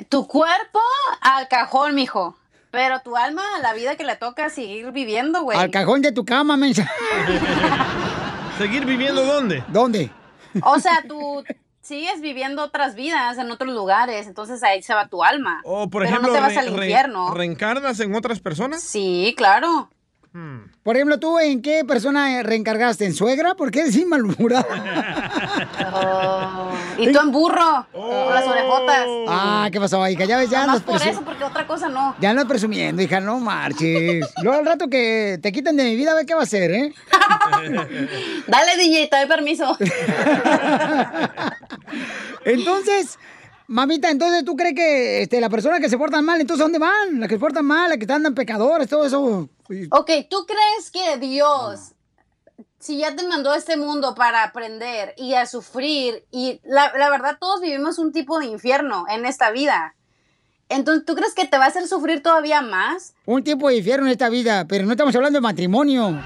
Tu cuerpo al cajón, mijo. Pero tu alma, la vida que le toca seguir viviendo, güey.
Al cajón de tu cama, mensa.
¿Seguir viviendo dónde?
¿Dónde?
O sea, tú sigues viviendo otras vidas en otros lugares, entonces ahí se va tu alma.
O, Oh, por
pero
ejemplo,
no te vas
re-
al
re-
infierno.
¿Reencarnas en otras personas?
Sí, claro.
Por ejemplo, ¿tú en qué persona reencargaste? ¿En suegra? ¿Por qué decís malhumorada?
Oh.
Y tú en burro, con las orejotas.
Ah, ¿qué pasó, hija? Ya ves, ya
Más
nos
por
presu-
eso, porque otra cosa no.
Ya andas presumiendo, hija, no marches. Luego al rato que te quiten de mi vida, a ver qué va a hacer, ¿eh?
Dale, DJ, te doy permiso.
Entonces, mamita, entonces tú crees que este, la persona que se portan mal, entonces ¿a dónde van? Las que se portan mal, las que andan pecadores, todo eso.
Ok, ¿tú crees que Dios
si ya te mandó a este mundo para aprender y a sufrir, y la, la verdad todos vivimos un tipo de infierno en esta vida. Entonces, ¿tú crees que te va a hacer sufrir todavía más?
Un tipo de infierno en esta vida, pero no estamos hablando de matrimonio.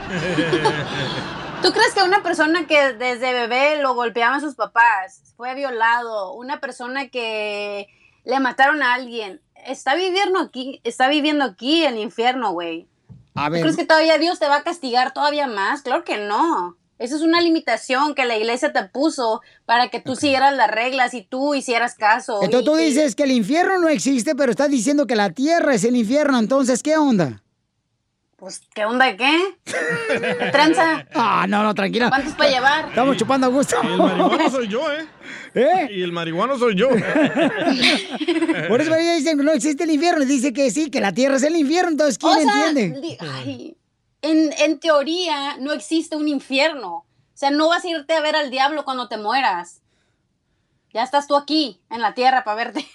¿Tú crees que una persona que desde bebé lo golpeaban sus papás, fue violado, una persona que le mataron a alguien, está viviendo aquí, está viviendo aquí el infierno, güey?
A
¿Tú crees que todavía Dios te va a castigar todavía más? Claro que no. Esa es una limitación que la iglesia te puso para que tú siguieras las reglas y tú hicieras caso.
Entonces
Y-
tú
y-
dices que el infierno no existe, pero estás diciendo que la tierra es el infierno. Entonces, ¿qué onda?
Pues, ¿qué onda qué? Tranza.
Ah, no, no, tranquila.
¿Cuántos para llevar?
Estamos chupando a gusto.
El marihuano soy yo, ¿eh? Y el marihuano soy yo.
Por eso ellos dicen que no existe el infierno. Dice que sí, que la tierra es el infierno. Entonces, ¿quién
O sea,
entiende?
di- ay, en, en teoría no existe un infierno. O sea, no vas a irte a ver al diablo cuando te mueras. Ya estás tú aquí, en la tierra, para verte.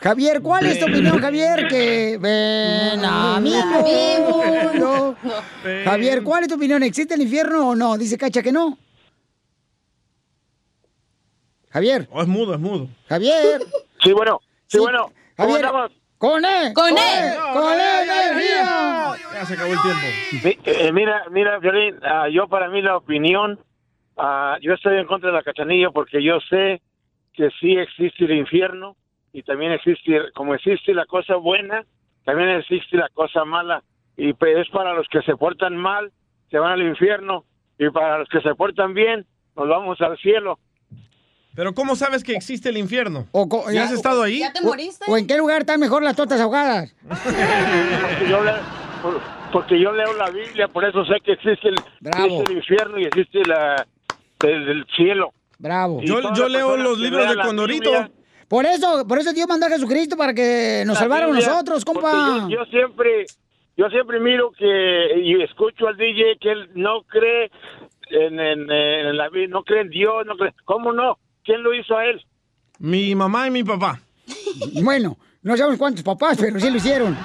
Javier, ¿cuál es tu opinión, Javier? Que ven a mi mundo. Javier, ¿cuál es tu opinión? ¿Existe el infierno o no? Dice Cacha que no. Javier.
Oh, es mudo, es mudo.
Javier.
Sí, bueno. Sí, bueno. ¿Cómo
Javier.
andamos?
Con él.
Con
E.
E,
él. Con él, energía.
Ya se acabó el tiempo.
Mi- eh, mira, mira, Violín, ah, yo para mí la opinión, ah, yo estoy en contra de la cachanilla porque yo sé que sí existe el infierno y también existe, como existe la cosa buena, también existe la cosa mala. Y pues es para los que se portan mal, se van al infierno, y para los que se portan bien, nos vamos al cielo.
Pero ¿cómo sabes que existe el infierno?
co-
¿Ya has estado ahí?
O- ¿O en qué lugar están mejor las tortas ahogadas?
Porque yo, le- por- porque yo leo la Biblia, por eso sé que existe el, existe el infierno y existe la, el, el cielo.
Bravo.
Y Yo- todas yo las leo personas los que libros lean de la Condorito. Biblia-
Por eso, por eso Dios mandó a Jesucristo para que nos
La
salvara a
Biblia,
nosotros,
porque
compa.
Yo, yo siempre, yo siempre miro que y escucho al DJ que él no cree en, en- en la Biblia, no cree en Dios, no cree. ¿Cómo no? ¿Quién lo hizo a él?
Mi mamá y mi papá.
Bueno, no sabemos cuántos papás, pero sí lo hicieron.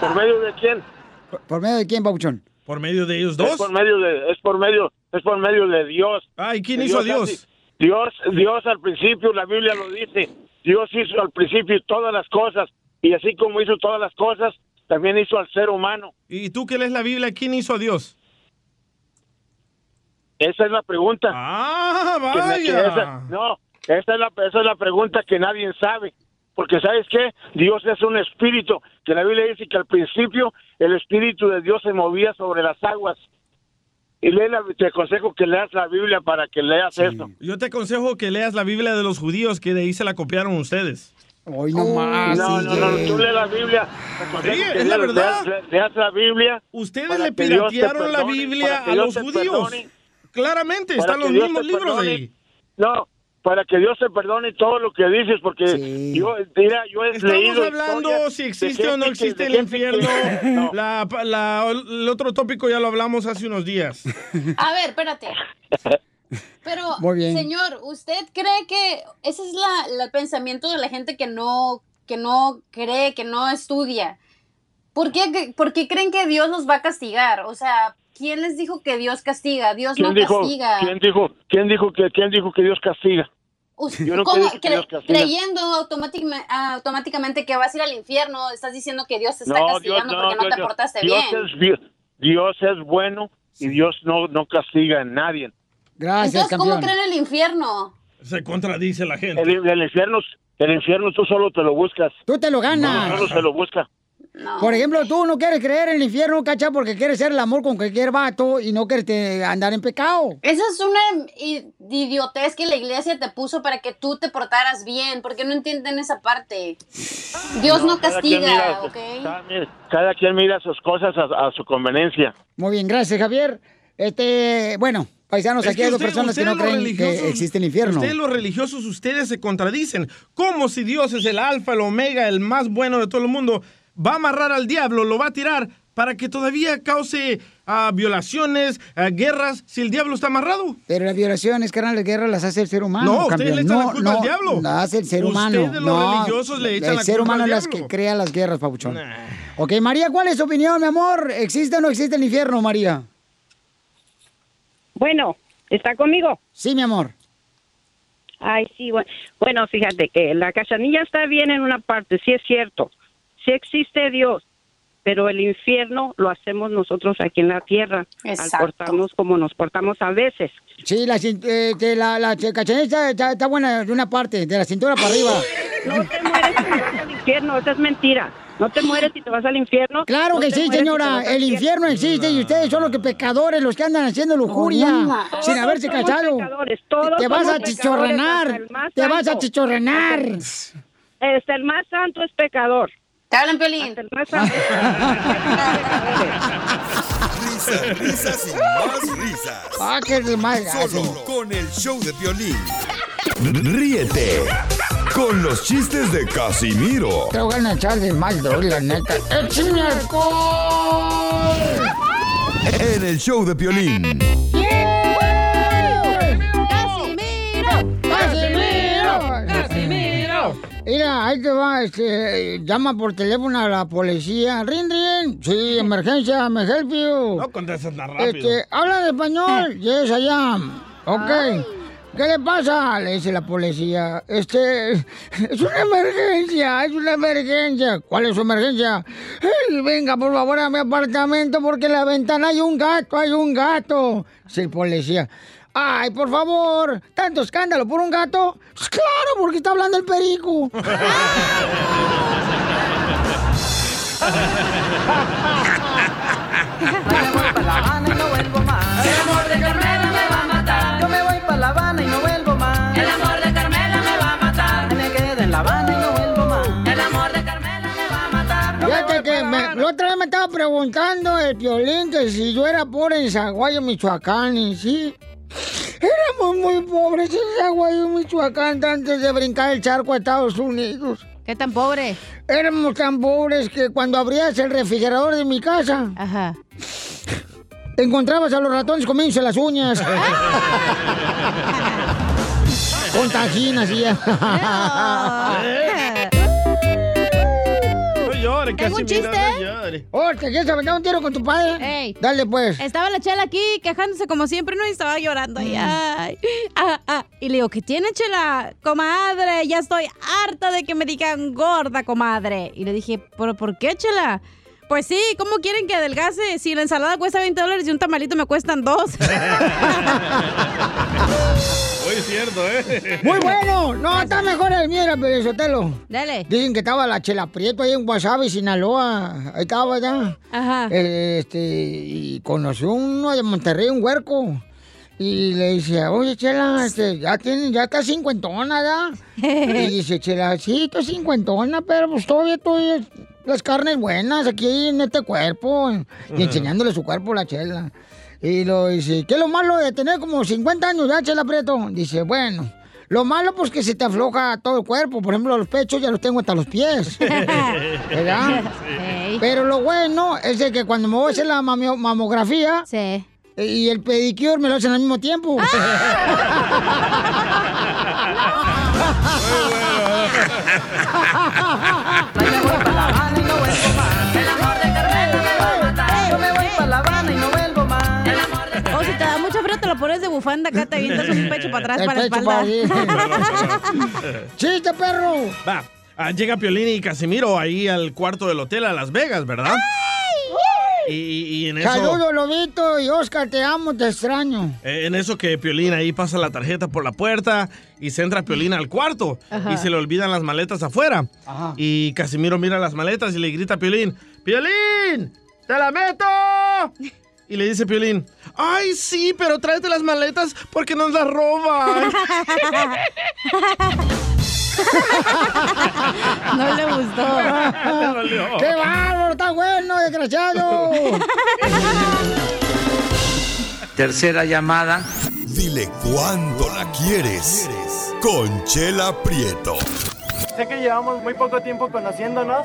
¿Por medio de quién?
¿Por, por medio de quién, Pauchón?
Por medio de ellos
Es por medio de, es por medio, es por medio de Dios.
Ay,
¿quién hizo a Dios?
Dios, Dios al principio, la Biblia lo dice. Dios hizo al principio todas las cosas y así como hizo todas las cosas, también hizo al ser humano.
¿Y tú que lees la Biblia, quién hizo a Dios?
Esa es la pregunta.
Ah,
Que na- que
vaya.
esa- no, esa es, la, esa es la pregunta que nadie sabe. Porque ¿sabes qué? Dios es un espíritu. Que la Biblia dice que al principio el espíritu de Dios se movía sobre las aguas. Y lee la- te aconsejo que leas la Biblia para que leas esto.
Yo te aconsejo que leas la Biblia de los judíos, que de ahí se la copiaron ustedes.
Hoy
no más, No, no, no, DJ. tú lees la Biblia.
Sí,
Aconsejo que
es la
leas-
verdad.
Leas, leas la Biblia.
Ustedes
para
le
que Dios te
piratearon la
perdone,
Biblia
para que
a
Dios
los
te
judíos.
perdone.
Claramente,
Para
están
que
los
Dios
mismos
te
libros
perdone.
ahí.
No, para que Dios te perdone todo lo que dices, porque yo, mira, yo he
Estamos
leído
hablando
historias
si
de
existe o no
gente que-
existe
de
el
gente que-
infierno.
No.
La- la- el otro tópico ya lo hablamos hace unos días.
A ver, espérate. Pero,
Muy bien.
señor, ¿usted cree que ese es la, la- el pensamiento de la gente que no, que no cree, que no estudia? ¿Por qué, cre- por qué creen que Dios nos va a castigar? O sea, ¿quién les dijo que Dios castiga? Dios no
¿Quién dijo,
castiga.
¿quién, dijo, quién, dijo que, ¿Quién dijo que Dios castiga?
Us-
Yo no
¿cómo?
creo que
Cre-
Dios castiga.
creyendo automáticamente, automáticamente que vas a ir al infierno, estás diciendo que Dios te está
No, Dios
castigando
no,
porque no
Dios,
te
Dios-
portaste
Dios
bien.
es, vi- Dios es bueno y Dios no, no castiga a nadie.
Entonces, ¿cómo creen el infierno?
Se contradice la gente.
El, el infierno, el infierno tú solo te lo buscas.
Tú te lo ganas.
Uno solo se lo busca.
Por ejemplo, tú no quieres creer en el infierno, cacha, porque quieres ser el amor con cualquier vato y no quieres te- andar en pecado.
Esa es una i- idiotez que la iglesia te puso para que tú te portaras bien, porque no entienden esa parte. Dios no,
cada quien
castiga,
mira-
¿ok?
cada, cada quien mira sus cosas a, a su conveniencia.
Muy bien, gracias, Javier. Este, bueno, paisanos,
Es
aquí
que
hay dos
usted-
personas que
ustedes
no
los
creen
religiosos-
que existe el infierno.
Ustedes los religiosos, ustedes se contradicen. Como si Dios es el alfa, el omega, el más bueno de todo el mundo, va a amarrar al diablo, lo va a tirar para que todavía cause ah, violaciones, ah, guerras, si el diablo está amarrado?
Pero las violaciones, carnal, las guerras las hace el ser humano.
No, ustedes
campeón.
le echan la
No, no,
culpa al diablo.
Las hace el ser
Ustedes,
humano.
los
no,
religiosos, le echan
el
la
ser
culpa al
humano las
diablo.
que crea las guerras, papuchón. Ok, María, ¿cuál es tu opinión, mi amor? ¿Existe o no existe el infierno, María?
Bueno, ¿está conmigo?
Sí, mi amor.
Ay, sí, bueno. Bueno, fíjate que la cachanilla está bien en una parte, sí es cierto. Sí existe Dios, pero el infierno lo hacemos nosotros aquí en la tierra.
Exacto.
Al portarnos como nos portamos a veces.
Sí, la, cin- eh, que la, la che- cachanilla está, está- está buena de una parte, de la cintura para arriba.
No te mueres si te vas al infierno, esa es mentira. No te mueres si te vas al infierno.
Claro
No
que
te
sí,
mueres si te
señora.
vas al
El infierno existe y ustedes son los que pecadores, los que andan haciendo lujuria
Todos
sin haberse
somos
casado.
pecadores, todos
Te vas
somos
a chichorrenar.
pecadores, hasta el más
Te vas a
santo.
chichorrenar.
Este, el más santo es pecador.
Te hablan, Piolín.
El más santo es
Risas, risas y más risas.
Ah, qué mal.
Solo con el show de violín. Ríete con los chistes de Casimiro
Te voy a echar de mal, doy, la neta. Eh, ¡Échame alcohol!
en el show de violín.
¡Casimiro! ¡Casimiro! ¡Casimiro! Mira, ahí te va, este, llama por teléfono a la policía. ¡Rin, rin! Sí, emergencia, me help you.
No contestas tan rápido.
Este, habla en español. Yes, I am. Ok. ¿Qué le pasa? Le dice la policía. Este, es una emergencia, es una emergencia. ¿Cuál es su emergencia? "Ey, venga, por favor, a mi apartamento porque en la ventana hay un gato, hay un gato. Dice el policía. Ay, por favor, tanto escándalo por un gato. "Pues claro, porque está hablando el perico.
El amor de Carmela me va a matar. Yo me voy para La Habana y no vuelvo más. El amor de Carmela me va a matar. Me quedo en La Habana y no vuelvo más. El amor de Carmela me va a matar.
Fíjate que me, la otra vez me estaba preguntando el violín que si yo era pobre en Zaguayo, Michoacán, y sí. Éramos muy pobres en Zaguayo, Michoacán, antes de brincar el charco a Estados Unidos. ¿Qué tan pobre? Éramos tan pobres que cuando abrías el refrigerador de mi casa, Ajá. encontrabas a los ratones comiéndose las uñas. Con tajinas y ya.
No llores,
¿Tengo un
Casimiro,
chiste?
no llores.
Oh, ¿te quieres aventar un tiro con tu padre? Dale, pues. Mm.
Estaba la chela aquí quejándose como siempre, ¿no? Y estaba llorando. Y, ay, ah, ah. y le digo, ¿qué tiene chela? Comadre, ya estoy harta de que me digan gorda, comadre. Y le dije, ¿pero por qué chela? Pues sí, ¿cómo quieren que adelgace? Si la ensalada cuesta 20 dólares y un tamalito me cuestan dos.
Hoy es cierto, ¿eh?
Muy bueno. No, está mejor el mío, pero Sotelo.
Dale.
Dicen que estaba la Chela Prieto ahí en Guasave, Sinaloa. Ahí estaba ya.
Ajá.
este, y conoció uno de Monterrey, un huerco. Y le dice, oye, Chela, este, ya, tiene, ya está cincuentona, ¿ya? Y dice, Chela, sí, estoy cincuentona, pero pues todavía estoy las carnes buenas aquí en este cuerpo. Y enseñándole su cuerpo a la Chela. Y lo dice, ¿qué es lo malo de tener como 50 años ya, Chela Prieto? Dice, bueno, lo malo pues que se te afloja todo el cuerpo. Por ejemplo, los pechos ya los tengo hasta los pies. ¿Verdad? Pero lo bueno es de que cuando me voy a hacer la mamio- mamografía eh, y el pedicure me lo hacen al mismo tiempo.
Ah.
Yo me voy para La Habana y no vuelvo más. El amor
O si te da mucho frío, te lo pones de bufanda acá, te avientas un pecho para atrás,
El
para la
pecho para
espalda.
¡Chiste, perro!
Va, ah, llega Piolín y Casimiro ahí al cuarto del hotel a Las Vegas, ¿verdad? Y, y en eso...
Saludos, Lobito y Oscar, te amo, te extraño.
Eh, En eso que Piolín ahí pasa la tarjeta por la puerta y se entra Piolín al cuarto
Ajá.
y se le olvidan las maletas afuera. Y Casimiro mira las maletas y le grita a Piolín, ¡Piolín! ¡Te la meto! Y le dice Piolín, ¡Ay, sí, pero tráete las maletas porque nos las roban!
No le gustó.
¡Qué bárbaro! ¡Está bueno, desgraciado!
Tercera llamada.
Dile cuándo la quieres. Conchela Prieto.
Sé que llevamos muy poco tiempo conociéndonos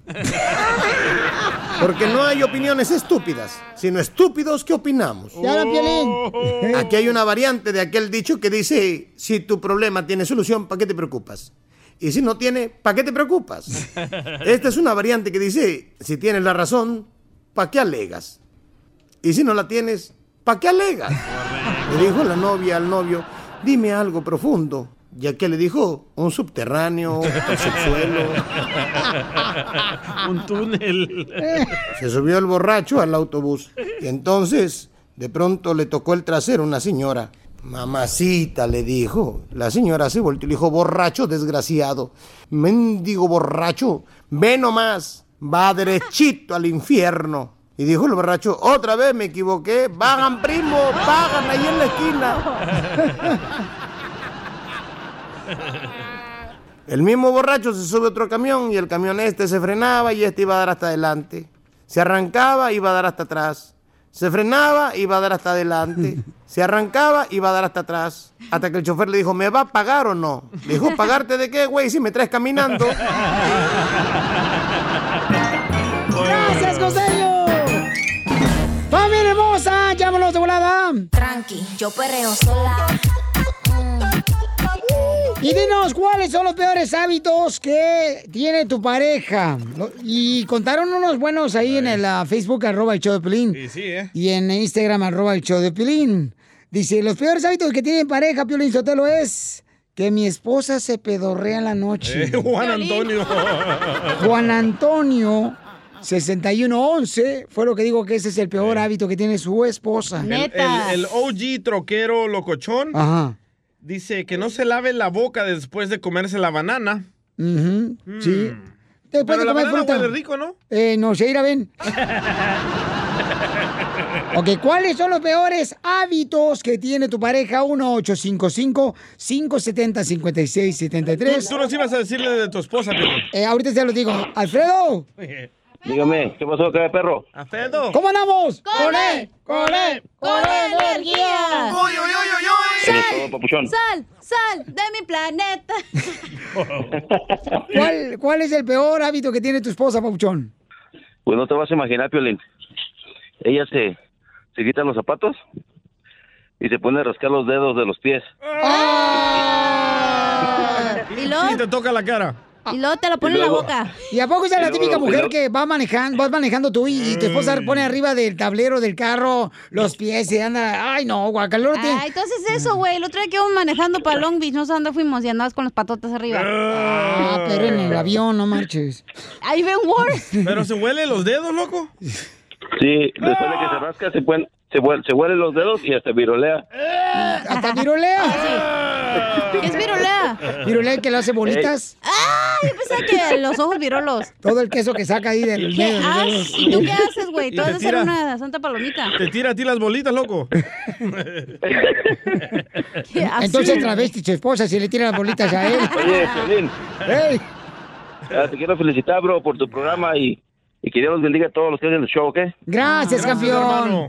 Porque no hay opiniones estúpidas, sino estúpidos que opinamos. Oh.
Ya la Piolín.
Aquí hay una variante de aquel dicho que dice, si tu problema tiene solución, ¿para qué te preocupas? Y si no tiene, ¿para qué te preocupas?
"Este
Esta es una variante que dice, si tienes la razón, ¿para qué alegas? Y si no la tienes, ¿para qué alegas? Le dijo la novia al novio, dime algo profundo. Ya que le dijo, un subterráneo, el subsuelo.
Un túnel.
Se subió el borracho al autobús. Y entonces, de pronto le tocó el trasero a una señora. Mamacita, le dijo. La señora se volteó y le dijo, borracho desgraciado. Mendigo borracho, ve nomás, va derechito al infierno. Y dijo el borracho, otra vez me equivoqué, pagan primo, pagan ahí en la esquina. El mismo borracho se sube a otro camión y el camión este se frenaba y este iba a dar hasta adelante. Se arrancaba, iba a dar hasta atrás. Se frenaba, iba a dar hasta adelante. Se arrancaba, iba a dar hasta atrás. Hasta que el chofer le dijo, ¿me va a pagar o no? Le dijo, ¿pagarte de qué, güey, si me traes caminando?
¡Gracias, costeño! ¡Familia hermosa! ¡Llámanos de volada!
Tranqui, yo perreo sola.
Y dinos, ¿cuáles son los peores hábitos que tiene tu pareja? Lo- Y contaron unos buenos ahí en el ah, Facebook, arroba el show de Pilín.
Y sí, ¿eh?
Y en Instagram, arroba el show de Pilín. Dice, los peores hábitos que tiene pareja, Piolín Sotelo, es que mi esposa se pedorrea en la noche.
Eh, Juan Antonio.
Juan Antonio 6111 fue lo que digo que ese es el peor hábito que tiene su esposa.
El, el- el OG troquero locochón
Ajá.
dice que no se lave la boca después de comerse la banana.
Ujú, Sí. Después
Mm. Pero
de
la
comer
banana
fruta.
huele rico, ¿no?
Eh, no, Sheira, ven. Ok, ¿cuáles son los peores hábitos que tiene tu pareja? 1-855-570-5673.
Tú nos ibas a decirle de tu esposa, Piolín.
Eh, ahorita ya lo digo. Alfredo,
Dígame, ¿qué pasó, cara de perro?
¿cómo andamos?
Con él,
con él,
con energía.
Uy, uy, uy, uy, uy. Eso es todo, papuchón.
Sal, sal de mi planeta.
¿Cuál, ¿Cuál es el peor hábito que tiene tu esposa, Pauchón?
Pues no te vas a imaginar, Piolín. Ella se, se quita los zapatos y se pone a rascar los dedos de los pies.
Ah,
¿Y luego?
te toca la cara.
Y luego te lo
Y
pone en la
luego-
boca.
¿Y a poco esa es
Y
la
luego-
típica
y
mujer
luego- Mm.
que va manejando, vas manejando tú y, y tu esposa pone arriba del tablero del carro los pies y anda, ay no, guacalón
Ay, Ah, entonces eso, güey. El otro día que íbamos manejando para Long Beach, no sé dónde fuimos y andabas con los patotas arriba.
Ah, pero en el avión, no marches.
Ahí ven worse.
Pero se huele los dedos, loco.
Sí, después de que se rasca, se, puen- se, huel- se huelen los dedos y hasta virolea.
Hasta virolea.
¿Qué es virolea?
Virolea el que le hace bolitas.
Ay, yo pensaba que los ojos virolos.
Todo el queso que saca ahí del
¿Qué
dedo.
haces? Ah, ¿Y tú qué haces, güey?
Y
Tú
te
vas a ser
tira.
una santa palomita.
Te tira a ti las bolitas, loco.
Entonces travesti, tu esposa, si le tira las bolitas a él.
Oye, Piolín,
Ey,
ah, te quiero felicitar, bro, por tu programa y, y que Dios los bendiga a todos los que hacen el show, ¿ok?
gracias,
Ah, Gracias, hermano.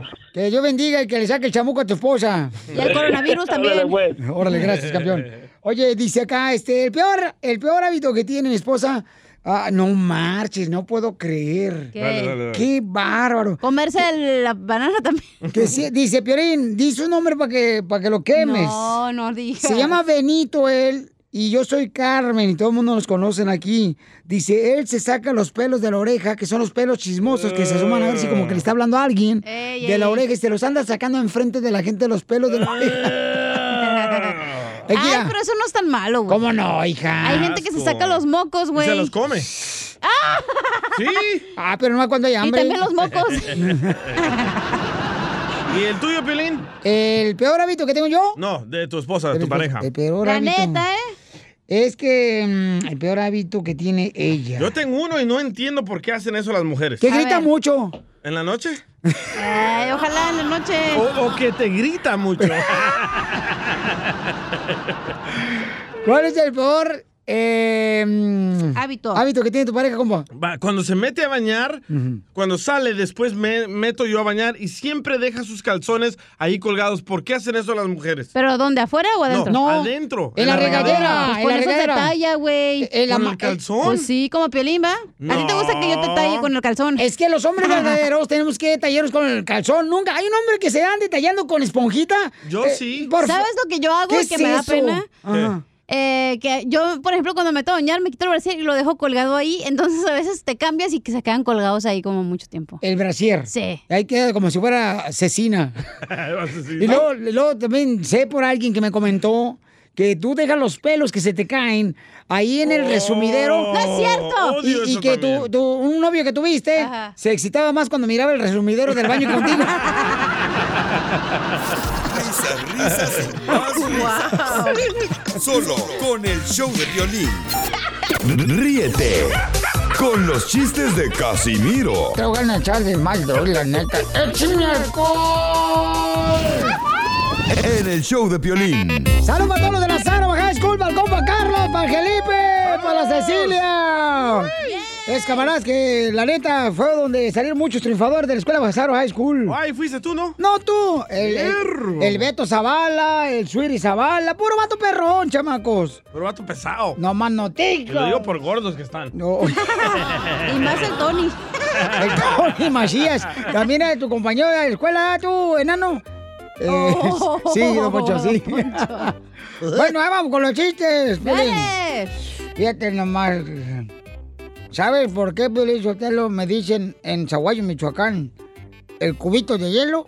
campeón. Que Dios bendiga y que le saque el chamuco a tu esposa.
Y al coronavirus también.
Órale,
pues.
güey.
Órale, gracias, campeón. Oye, dice acá, este, el peor, el peor hábito que tiene mi esposa. ah, no marches, no puedo creer.
¿Qué? Dale, dale, dale.
Qué bárbaro.
Comerse la banana también.
Que sí, dice, Piorín, dice un nombre para que, para que lo quemes.
No, no digas.
Se llama Benito él y yo soy Carmen y todo el mundo nos conocen aquí. Dice, él se saca los pelos de la oreja, que son los pelos chismosos que se asoman a ver si como que le está hablando a alguien
Ey,
de la
ey.
oreja y se los anda sacando enfrente de la gente los pelos de la oreja. Ey,
Ay,
mira.
pero eso no es tan malo, güey.
¿Cómo no, hija?
Hay gente que se saca los mocos, güey.
come.
¡Ah!
Sí.
Ah, pero no cuando hay hambre.
también los mocos.
¿Y el tuyo, Piolín?
El peor hábito que tengo yo.
No, de tu esposa, de tu
El-
pareja.
El peor
La
hábito.
neta,
¿eh?
Es que mm, el peor hábito que tiene ella.
Yo tengo uno y no entiendo por qué hacen eso las mujeres.
Que grita mucho.
¿En la noche?
Ay, ojalá en la noche.
O, o que te grita mucho.
¿Cuál es el peor eh, mm, hábito. que tiene tu pareja, compa?
Va, Cuando se mete a bañar, cuando sale, después me meto yo a bañar y siempre deja sus calzones ahí colgados. ¿Por qué hacen eso las mujeres?
¿Pero dónde? ¿Afuera o adentro? Ah,
No, adentro.
en la regadera,
Pues
Ah, en
con
la
eso
regadera. Eh,
se talla, güey.
En la ¿Con ma- el calzón?
Pues sí, como piolín, ¿va? ¿A ti te gusta que yo te talle con el calzón?
Es que los hombres verdaderos tenemos que tallarnos con el calzón. Nunca hay un hombre que se ande tallando con esponjita. Eh, por fa-
¿Sabes lo que yo hago
¿Qué
y
es
que me da
eso?
pena?
Ajá.
Eh, que yo, por ejemplo, cuando me meto a bañar, me quito el brasier y lo dejo colgado ahí. Entonces, a veces te cambias y que se quedan colgados ahí como mucho tiempo.
El brasier.
Sí.
Ahí queda como si fuera asesina. Y luego, luego también sé por alguien que me comentó que tú dejas los pelos que se te caen ahí en el resumidero.
Oh, ¡No es cierto!
Y,
Odio
y
eso
que tu, tu- un novio que tuviste se excitaba más cuando miraba el resumidero del baño contigo.
Risas, risas y más risas. Solo con el show de violín. Ríete con los chistes de Casimiro
Te voy a echar de mal, doy, la neta. ¡Échame alcohol!
en el show de violín.
¡Saludos para todos los de la Sara Baja School! ¡Para el compa Carlos! ¡Para el Felipe! ¡Para la Cecilia! Es camaradas que la neta fue donde salieron muchos triunfadores de la escuela Basaro High School.
Ay, fuiste tú, ¿no?
No, tú. El, el-
Perro.
el Beto Zavala, el Suiri Zavala, puro vato perrón, chamacos.
Pero vato pesado.
No más
Te lo digo
notico.
por gordos que están.
No.
Y más el Tony.
El Tony Macías. También era de tu compañero de la escuela, tú, enano. Eh,
Oh.
sí, don Poncho, sí. bueno, ahí vamos con los chistes. Piolín. Fíjate nomás. ¿Sabes por qué, Piolín Sotelo, me dicen en Zaguayo, Michoacán, el cubito de hielo?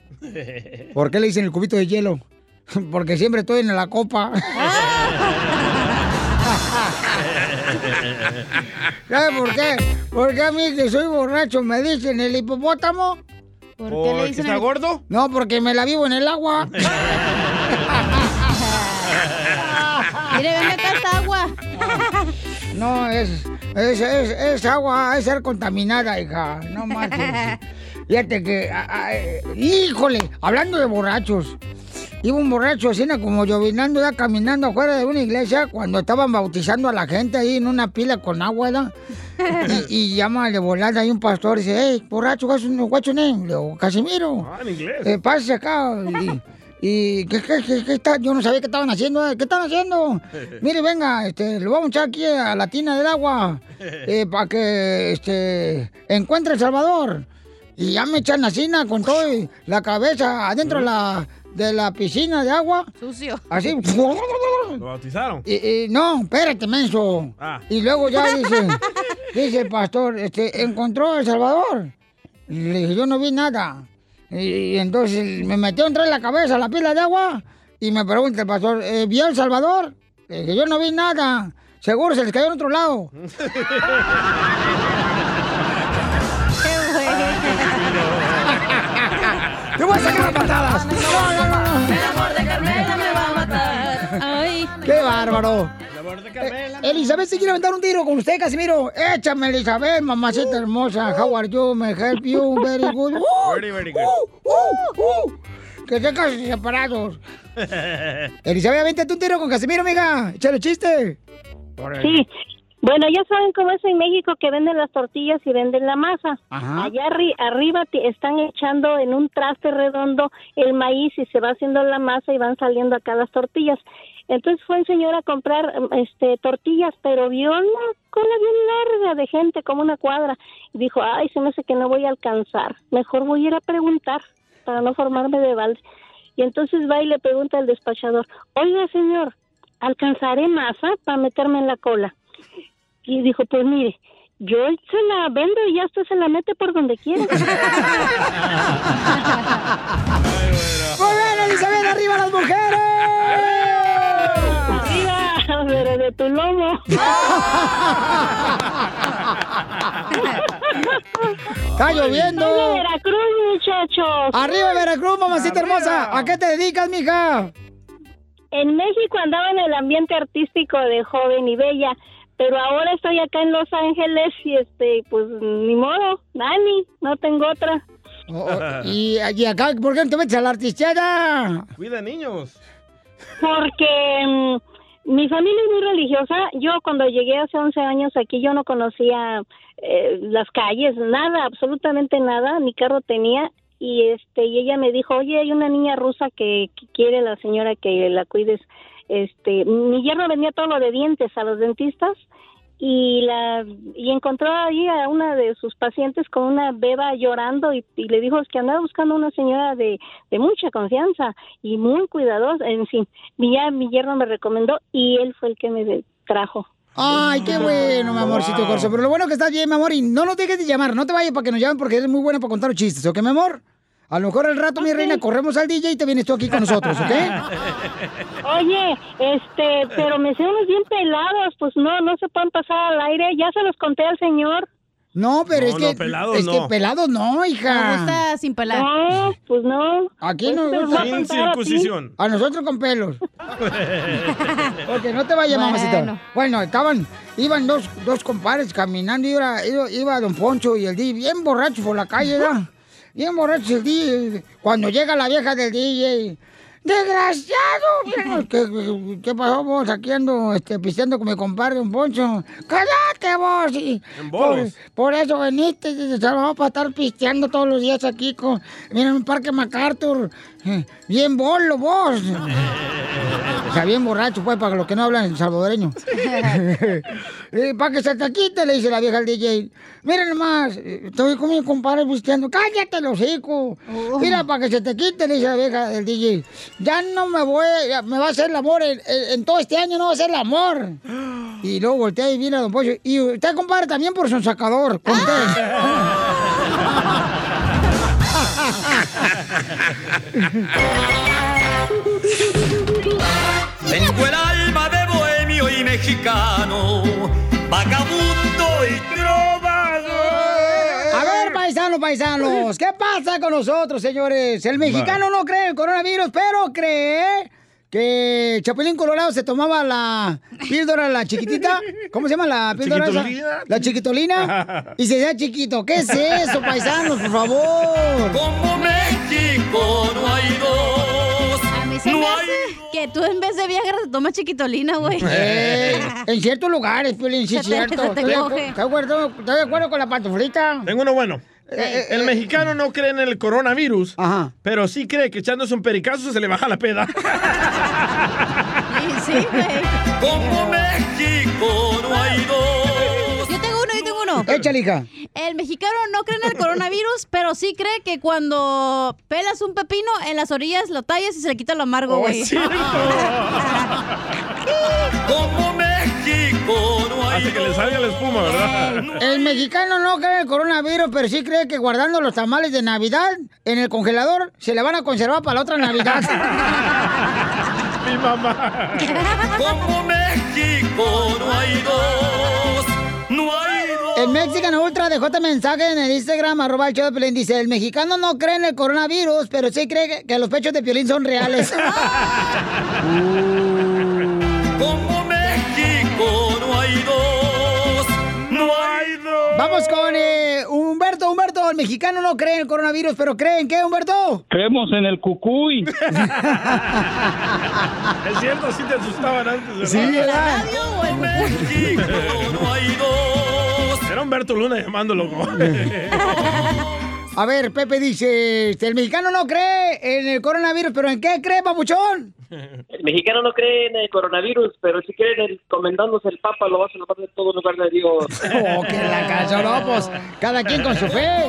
¿Por qué le dicen el cubito de hielo? Porque siempre estoy en la copa.
Ah,
¿Sabes por qué? Porque a mí que soy borracho me dicen el hipopótamo.
¿Por qué le ¿Porque dicen está el- gordo?
No, porque me la vivo en el agua.
Mire, ven acá esta agua.
No, es, es, es, es agua, es ser contaminada, hija. No marches. Fíjate que, a- a- eh, híjole, hablando de borrachos. Iba un borracho así ¿no? como llovinando, ya caminando afuera de una iglesia cuando estaban bautizando a la gente ahí en una pila con agua, ¿no? Y, y llama de volada ahí un pastor y dice, hey, borracho, what's your what's your name? Le digo, Casimiro.
Ah, en inglés.
Eh, pase acá. Y, y ¿qué, qué, qué- qué está? yo no sabía qué estaban haciendo. eh. ¿Qué estaban haciendo? Mire, venga, este, lo vamos a echar aquí a la tina del agua eh, para que este, encuentre El Salvador. Y ya me echan la cina con todo y la cabeza adentro de la, de la piscina de agua.
Sucio.
Así.
¿Lo bautizaron?
Y, y- no, espérate, menso.
Ah.
Y luego ya dice, dice el pastor, este, encontró a El Salvador. Y le dije, yo no vi nada. Y, y entonces me metió entre la cabeza la pila de agua y me pregunta el pastor, ¿eh, ¿vio El Salvador? Le dije, yo no vi nada. Seguro se les cayó en otro lado. ¡Te voy a sacar las patadas! ¡No, no, no! no. ¡Qué bárbaro! Eh, Elizabeth se quiere aventar un tiro con usted, Casimiro. Échame, Elizabeth,
Uh.
mamacita hermosa. How are you? Me help you. Very good. Uh,
Very, very good.
uh, uh, uh. Que se casen separados. Elizabeth, avéntate un tiro con Casimiro, amiga. Ah, Échale chiste.
Sí. Bueno, ya saben cómo es en México que venden las tortillas y venden la masa.
Ajá.
Allá arri- arriba te están echando en un traste redondo el maíz y se va haciendo la masa y van saliendo acá las tortillas. Entonces fue el señor a comprar em, este tortillas, pero vio una cola bien larga de gente, como una cuadra. Y dijo, ay, se me hace que no voy a alcanzar. Mejor voy a ir a preguntar para no formarme de balde. Y entonces va y le pregunta al despachador, oiga señor, ¿alcanzaré masa para meterme en la cola? Y dijo, pues mire, yo se la vendo y ya usted se la mete por donde quiera.
¡Muy bien, Elizabeth! ¡Arriba las mujeres!
¡Arriba! Pero de tu lomo.
¡Está lloviendo!
¡Arriba Veracruz, muchachos!
¡Arriba, Veracruz, mamacita hermosa! ¿A qué te dedicas, mija?
En México andaba en el ambiente artístico de joven y bella, pero ahora estoy acá en Los Ángeles y este, pues ni modo, Dani, no tengo otra.
oh, Y, y acá, ¿por qué no te metes a la artisteada?
Cuida niños.
Porque mm, mi familia es muy religiosa. Yo cuando llegué hace 11 años aquí, yo no conocía eh, las calles, nada, absolutamente nada, ni carro tenía. Y este, y ella me dijo, oye, hay una niña rusa que, que quiere la señora que la cuides. Este, mi yerno venía todo lo de dientes a los dentistas y la y encontró ahí a una de sus pacientes con una beba llorando y, y le dijo "Es que andaba buscando una señora de, de mucha confianza y muy cuidadosa, en fin, mi, ya mi yerno me recomendó y él fue el que me de- trajo.
Ay, qué bueno, mi amorcito
Wow.
corso. Pero lo bueno que estás bien, mi amor, y no nos dejes de llamar. No te vayas para que nos llamen porque eres muy buena para contar los chistes, ¿ok, mi amor? A lo mejor al rato, mi reina, corremos al DJ y te vienes tú aquí con nosotros, ¿ok?
Oye, este, pero me sé unos bien pelados, pues no, no se pueden pasar al aire, ya se los conté al señor.
No, pero
No,
es que.
no, pelados
es que
no.
pelados no, hija.
Nos gusta
sin
pelar. No, pues no.
Aquí
Pues
nos
te los
gusta.
voy a Sin contar a ti. circuncisión.
A nosotros con pelos. Porque no te vayas, mamacita.
Bueno.
Bueno, estaban, iban dos, dos compares caminando, iba, iba, iba Don Poncho y el DJ, bien borrachos por la calle, ¿verdad? Bien borrachos el DJ. Cuando llega la vieja del DJ, ¡desgraciado! ¿Qué, qué pasó vos aquí ando este, pisteando con mi compadre Don Poncho? ¡Cállate vos! Y,
En
por,
bolos.
por eso veniste desde Salvador para estar pisteando todos los días aquí con... Mira, en un parque MacArthur. eh, Bien bolo vos. O sea, bien borracho, pues, para los que no hablan el salvadoreño. Eh, para que se te quite, le dice la vieja al DJ. Miren nomás, eh, estoy con mi compadre vistiendo. Cállate, los hocico. Mira, para que se te quite, le dice la vieja del DJ. Ya no me voy, ya me va a hacer el amor. En, en- en todo este año no va a ser el amor. Y luego voltea y mira a Don Pocho. Y usted, compadre, también por su sacador. Con
Tengo el alma de bohemio y mexicano, vagabundo y trovador.
A ver, paisanos, paisanos, ¿qué pasa con nosotros, señores? El mexicano no cree en el coronavirus, pero cree que Chapulín Colorado se tomaba la píldora, la chiquitita. ¿Cómo se llama la píldora? esa?
Chiquitolina.
La chiquitolina. Y se decía chiquito. ¿Qué es eso, paisanos, por favor?
Como México no hay dos.
A mí se me hace que tú en vez de Viagra te tomas chiquitolina, güey.
Eh, en ciertos lugares, Piolín, sí,
Se
es
te-
cierto.
se te
Estoy de acu-
coge.
estoy de acuerdo, estoy de acuerdo con la pantuflita. Eh,
Tengo uno bueno. el mexicano no cree en el coronavirus, pero sí cree que echándose un pericazo se le baja la peda.
Como México no hay dos.
Yo tengo uno, yo tengo uno.
Échale, hija.
El mexicano no cree en el coronavirus, pero sí cree que cuando pelas un pepino, en las orillas lo tallas y se le quita lo
Oh,
amargo, güey.
Como México no hay
Hasta que le salga la espuma, ¿verdad?
El mexicano no cree en el coronavirus, pero sí cree que guardando los tamales de Navidad en el congelador se le van a conservar para la otra Navidad.
Mi mamá.
Como México no hay dos. No hay
El Mexican Ultra dejó este mensaje en el Instagram, arroba el show de Piolín. Dice, el mexicano no cree en el coronavirus, pero sí cree que- que los pechos de Piolín son reales. Uh.
Como México no hay dos. No hay dos.
Vamos con eh, Humberto. Humberto, el mexicano no cree en el coronavirus, pero cree en qué, Humberto?
Creemos en el cucuy.
Es cierto, sí te asustaban antes, ¿verdad?
Sí, ¿verdad?
México no hay dos. Era Humberto Luna llamándolo.
A ver, Pepe dice, este, el mexicano no cree en el coronavirus, pero ¿en qué cree, papuchón?
El mexicano no cree en el coronavirus, pero si creen en encomendándose el Papa, lo vas a notar de todo lugar de Dios.
Oh, que la cacha, no, pues, cada quien con su fe.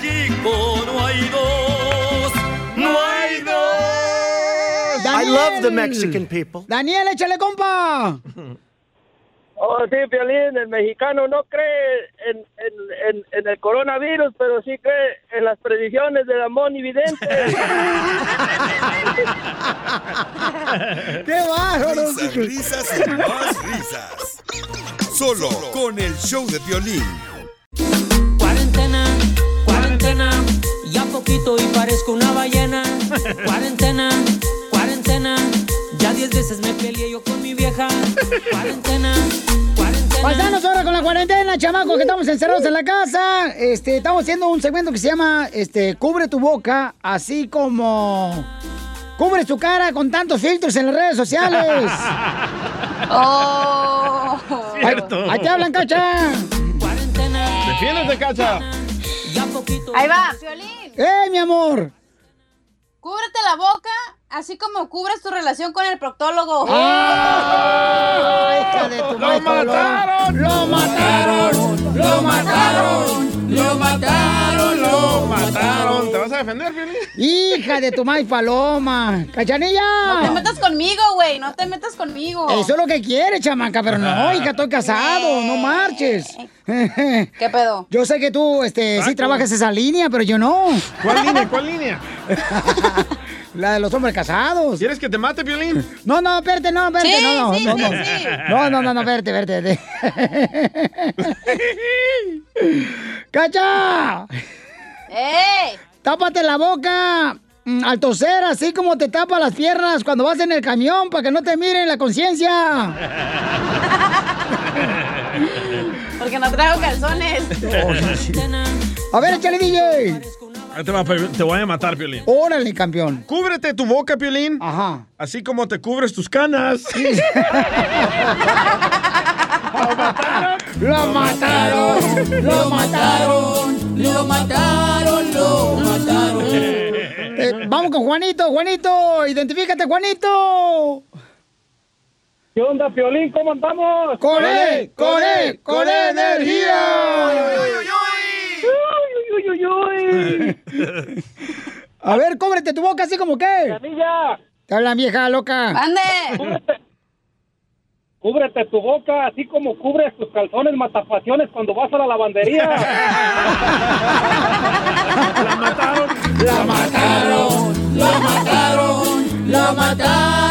México no hay dos. No hay dos.
Daniel.
people.
Daniel, échale, compa.
Oh, sí, Piolín, el mexicano no cree en, en, en, en el coronavirus, pero sí cree en las predicciones de la Moni Vidente.
¡Qué bárbaro!
Risas, risas y más risas. Solo con el show de violín.
Cuarentena, cuarentena, ya poquito y parezco una ballena. Cuarentena, cuarentena, ya diez veces me peleé yo con mi vieja. Cuarentena,
Pasanos ahora con la cuarentena, chamaco, que estamos encerrados en la casa. Este, estamos haciendo un segmento que se llama este, Cubre tu boca, así como cubre tu cara con tantos filtros en las redes sociales.
¡Oh!
Ahí, ahí te hablan, cacha.
Defiéndete, cacha.
Ahí va, Piolín.
¡Eh, mi amor!
Cúbrete la boca, así como cubres tu relación con el proctólogo.
¡Ah!
¡Lo mataron! ¡Lo mataron! ¡Lo mataron! ¡Lo mataron! ¡Lo mataron!
¿Te vas a defender, Piolín?
Hija de tu maíz paloma.
No te
¡Cachanilla!
metas conmigo, güey, no te metas conmigo.
Eso es lo que quiere, chamaca, pero no, hija, estoy casado,
Eh.
no marches. ¿Qué
pedo?
Yo sé que tú este, sí trabajas esa línea, pero yo no.
¿Cuál línea? ¿Cuál línea?
La de los hombres casados.
¿Quieres que te mate, Piolín?
No, no, espérate, no, espérate,
Sí,
no, no,
sí,
no,
sí,
no.
sí.
No, no, no, no, espérate, espérate. espérate. ¡Cacha!
¡Ey!
Tápate la boca mm, al toser, así como te tapa las piernas cuando vas en el camión para que no te miren la conciencia.
Porque no traigo calzones.
A ver, échale, DJ.
Ahí te, va, Piolín. te voy a matar, Piolín.
Órale, campeón.
Cúbrete tu boca, Piolín.
Ajá.
Así como te cubres tus canas.
¡Lo mataron!
¡Lo mataron! ¡Lo mataron! ¡Lo mataron!
Eh, vamos con Juanito, Juanito, identifícate, Juanito.
¿Qué onda, Piolín? ¿Cómo andamos? E,
¡Con él! ¡Con él! ¡Con energía!
¡Uy, uy, uy!
A ver, cóbrete tu boca así como qué. Te hablan vieja loca.
¡Ande! Cúbrete tu boca, así como cubres tus calzones matapaciones cuando vas a la lavandería.
La mataron, la mataron, la mataron, la mataron.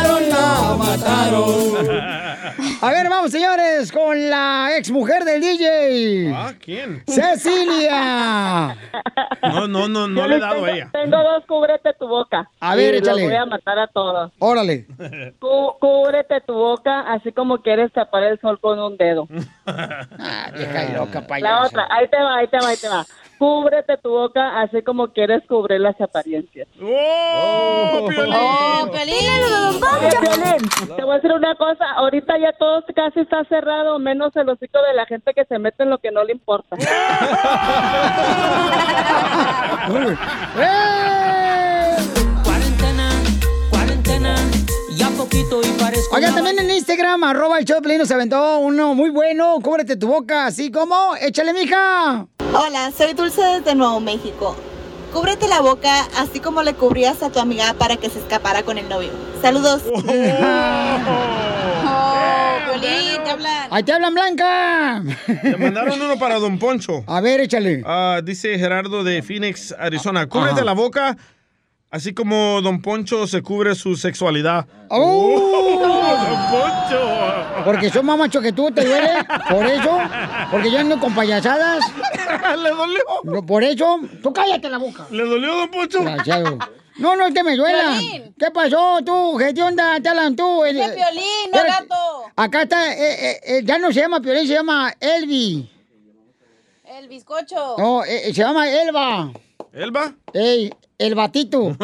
A ver, vamos, señores, con la ex mujer del DJ.
Ah, ¿quién?
¡Cecilia!
No, no, no, no le he dado a ella.
Tengo dos, cúbrete tu boca.
A ver,
Y los
échale.
voy a matar a todos.
Órale.
Cú- cúbrete tu boca, así como quieres tapar el sol con un dedo.
Ah, Vieja loca,
La
payaso.
otra, ahí te va, ahí te va, ahí te va. Cúbrete tu boca, así como quieres cubrir las apariencias.
¡Oh,
¡Oh, Te voy a decir una cosa, ahorita ya todo casi está cerrado, menos el hocico de la gente que se mete en lo que no le importa.
Cuarentena, ya poquito y parezco.
Oiga,
una
también en Instagram, arroba el show de Piolín, nos aventó uno muy bueno. Cúbrete tu boca, así como, échale, mija.
Hola, soy Dulce desde Nuevo México. Cúbrete la boca así como le cubrías a tu amiga para que se escapara con el novio. Saludos.
Oh,
Oh.
Piolín, te hablan.
¡Ahí te hablan, Blanca!
Le mandaron uno para Don Poncho. Ah,
A ver, échale.
dice Gerardo de Phoenix, Arizona. Cúbrete la boca, así como Don Poncho se cubre su sexualidad.
Oh.
Oh,
Porque soy más macho que tú, ¿te duele? Por eso, porque yo ando con payasadas.
Le dolió.
Por eso, tú cállate la boca.
¿Le dolió, don Poncho?
No, no es que me duela.
Piolín.
¿Qué pasó tú? ¿Qué onda? ¿Te hablan tú? El-
Ese Piolín, no
Espérate.
gato.
Acá está, eh, eh, eh, ya no se llama Piolín, se llama Elvi.
El bizcocho.
No, eh, eh, se llama Elba.
¿Elba?
Ey, el batito.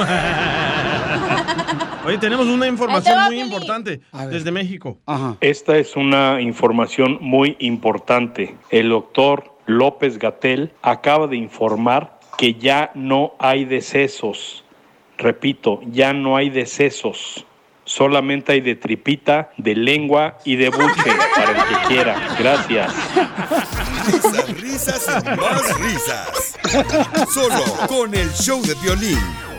Oye, tenemos una información
va,
muy importante desde México.
Esta es una información muy importante. El doctor López Gatel acaba de informar que ya no hay decesos. Repito, ya no hay decesos. Solamente hay de tripita, de lengua y de buche para el que quiera. Gracias.
Risas, risas y más risas. Solo con el show de violín.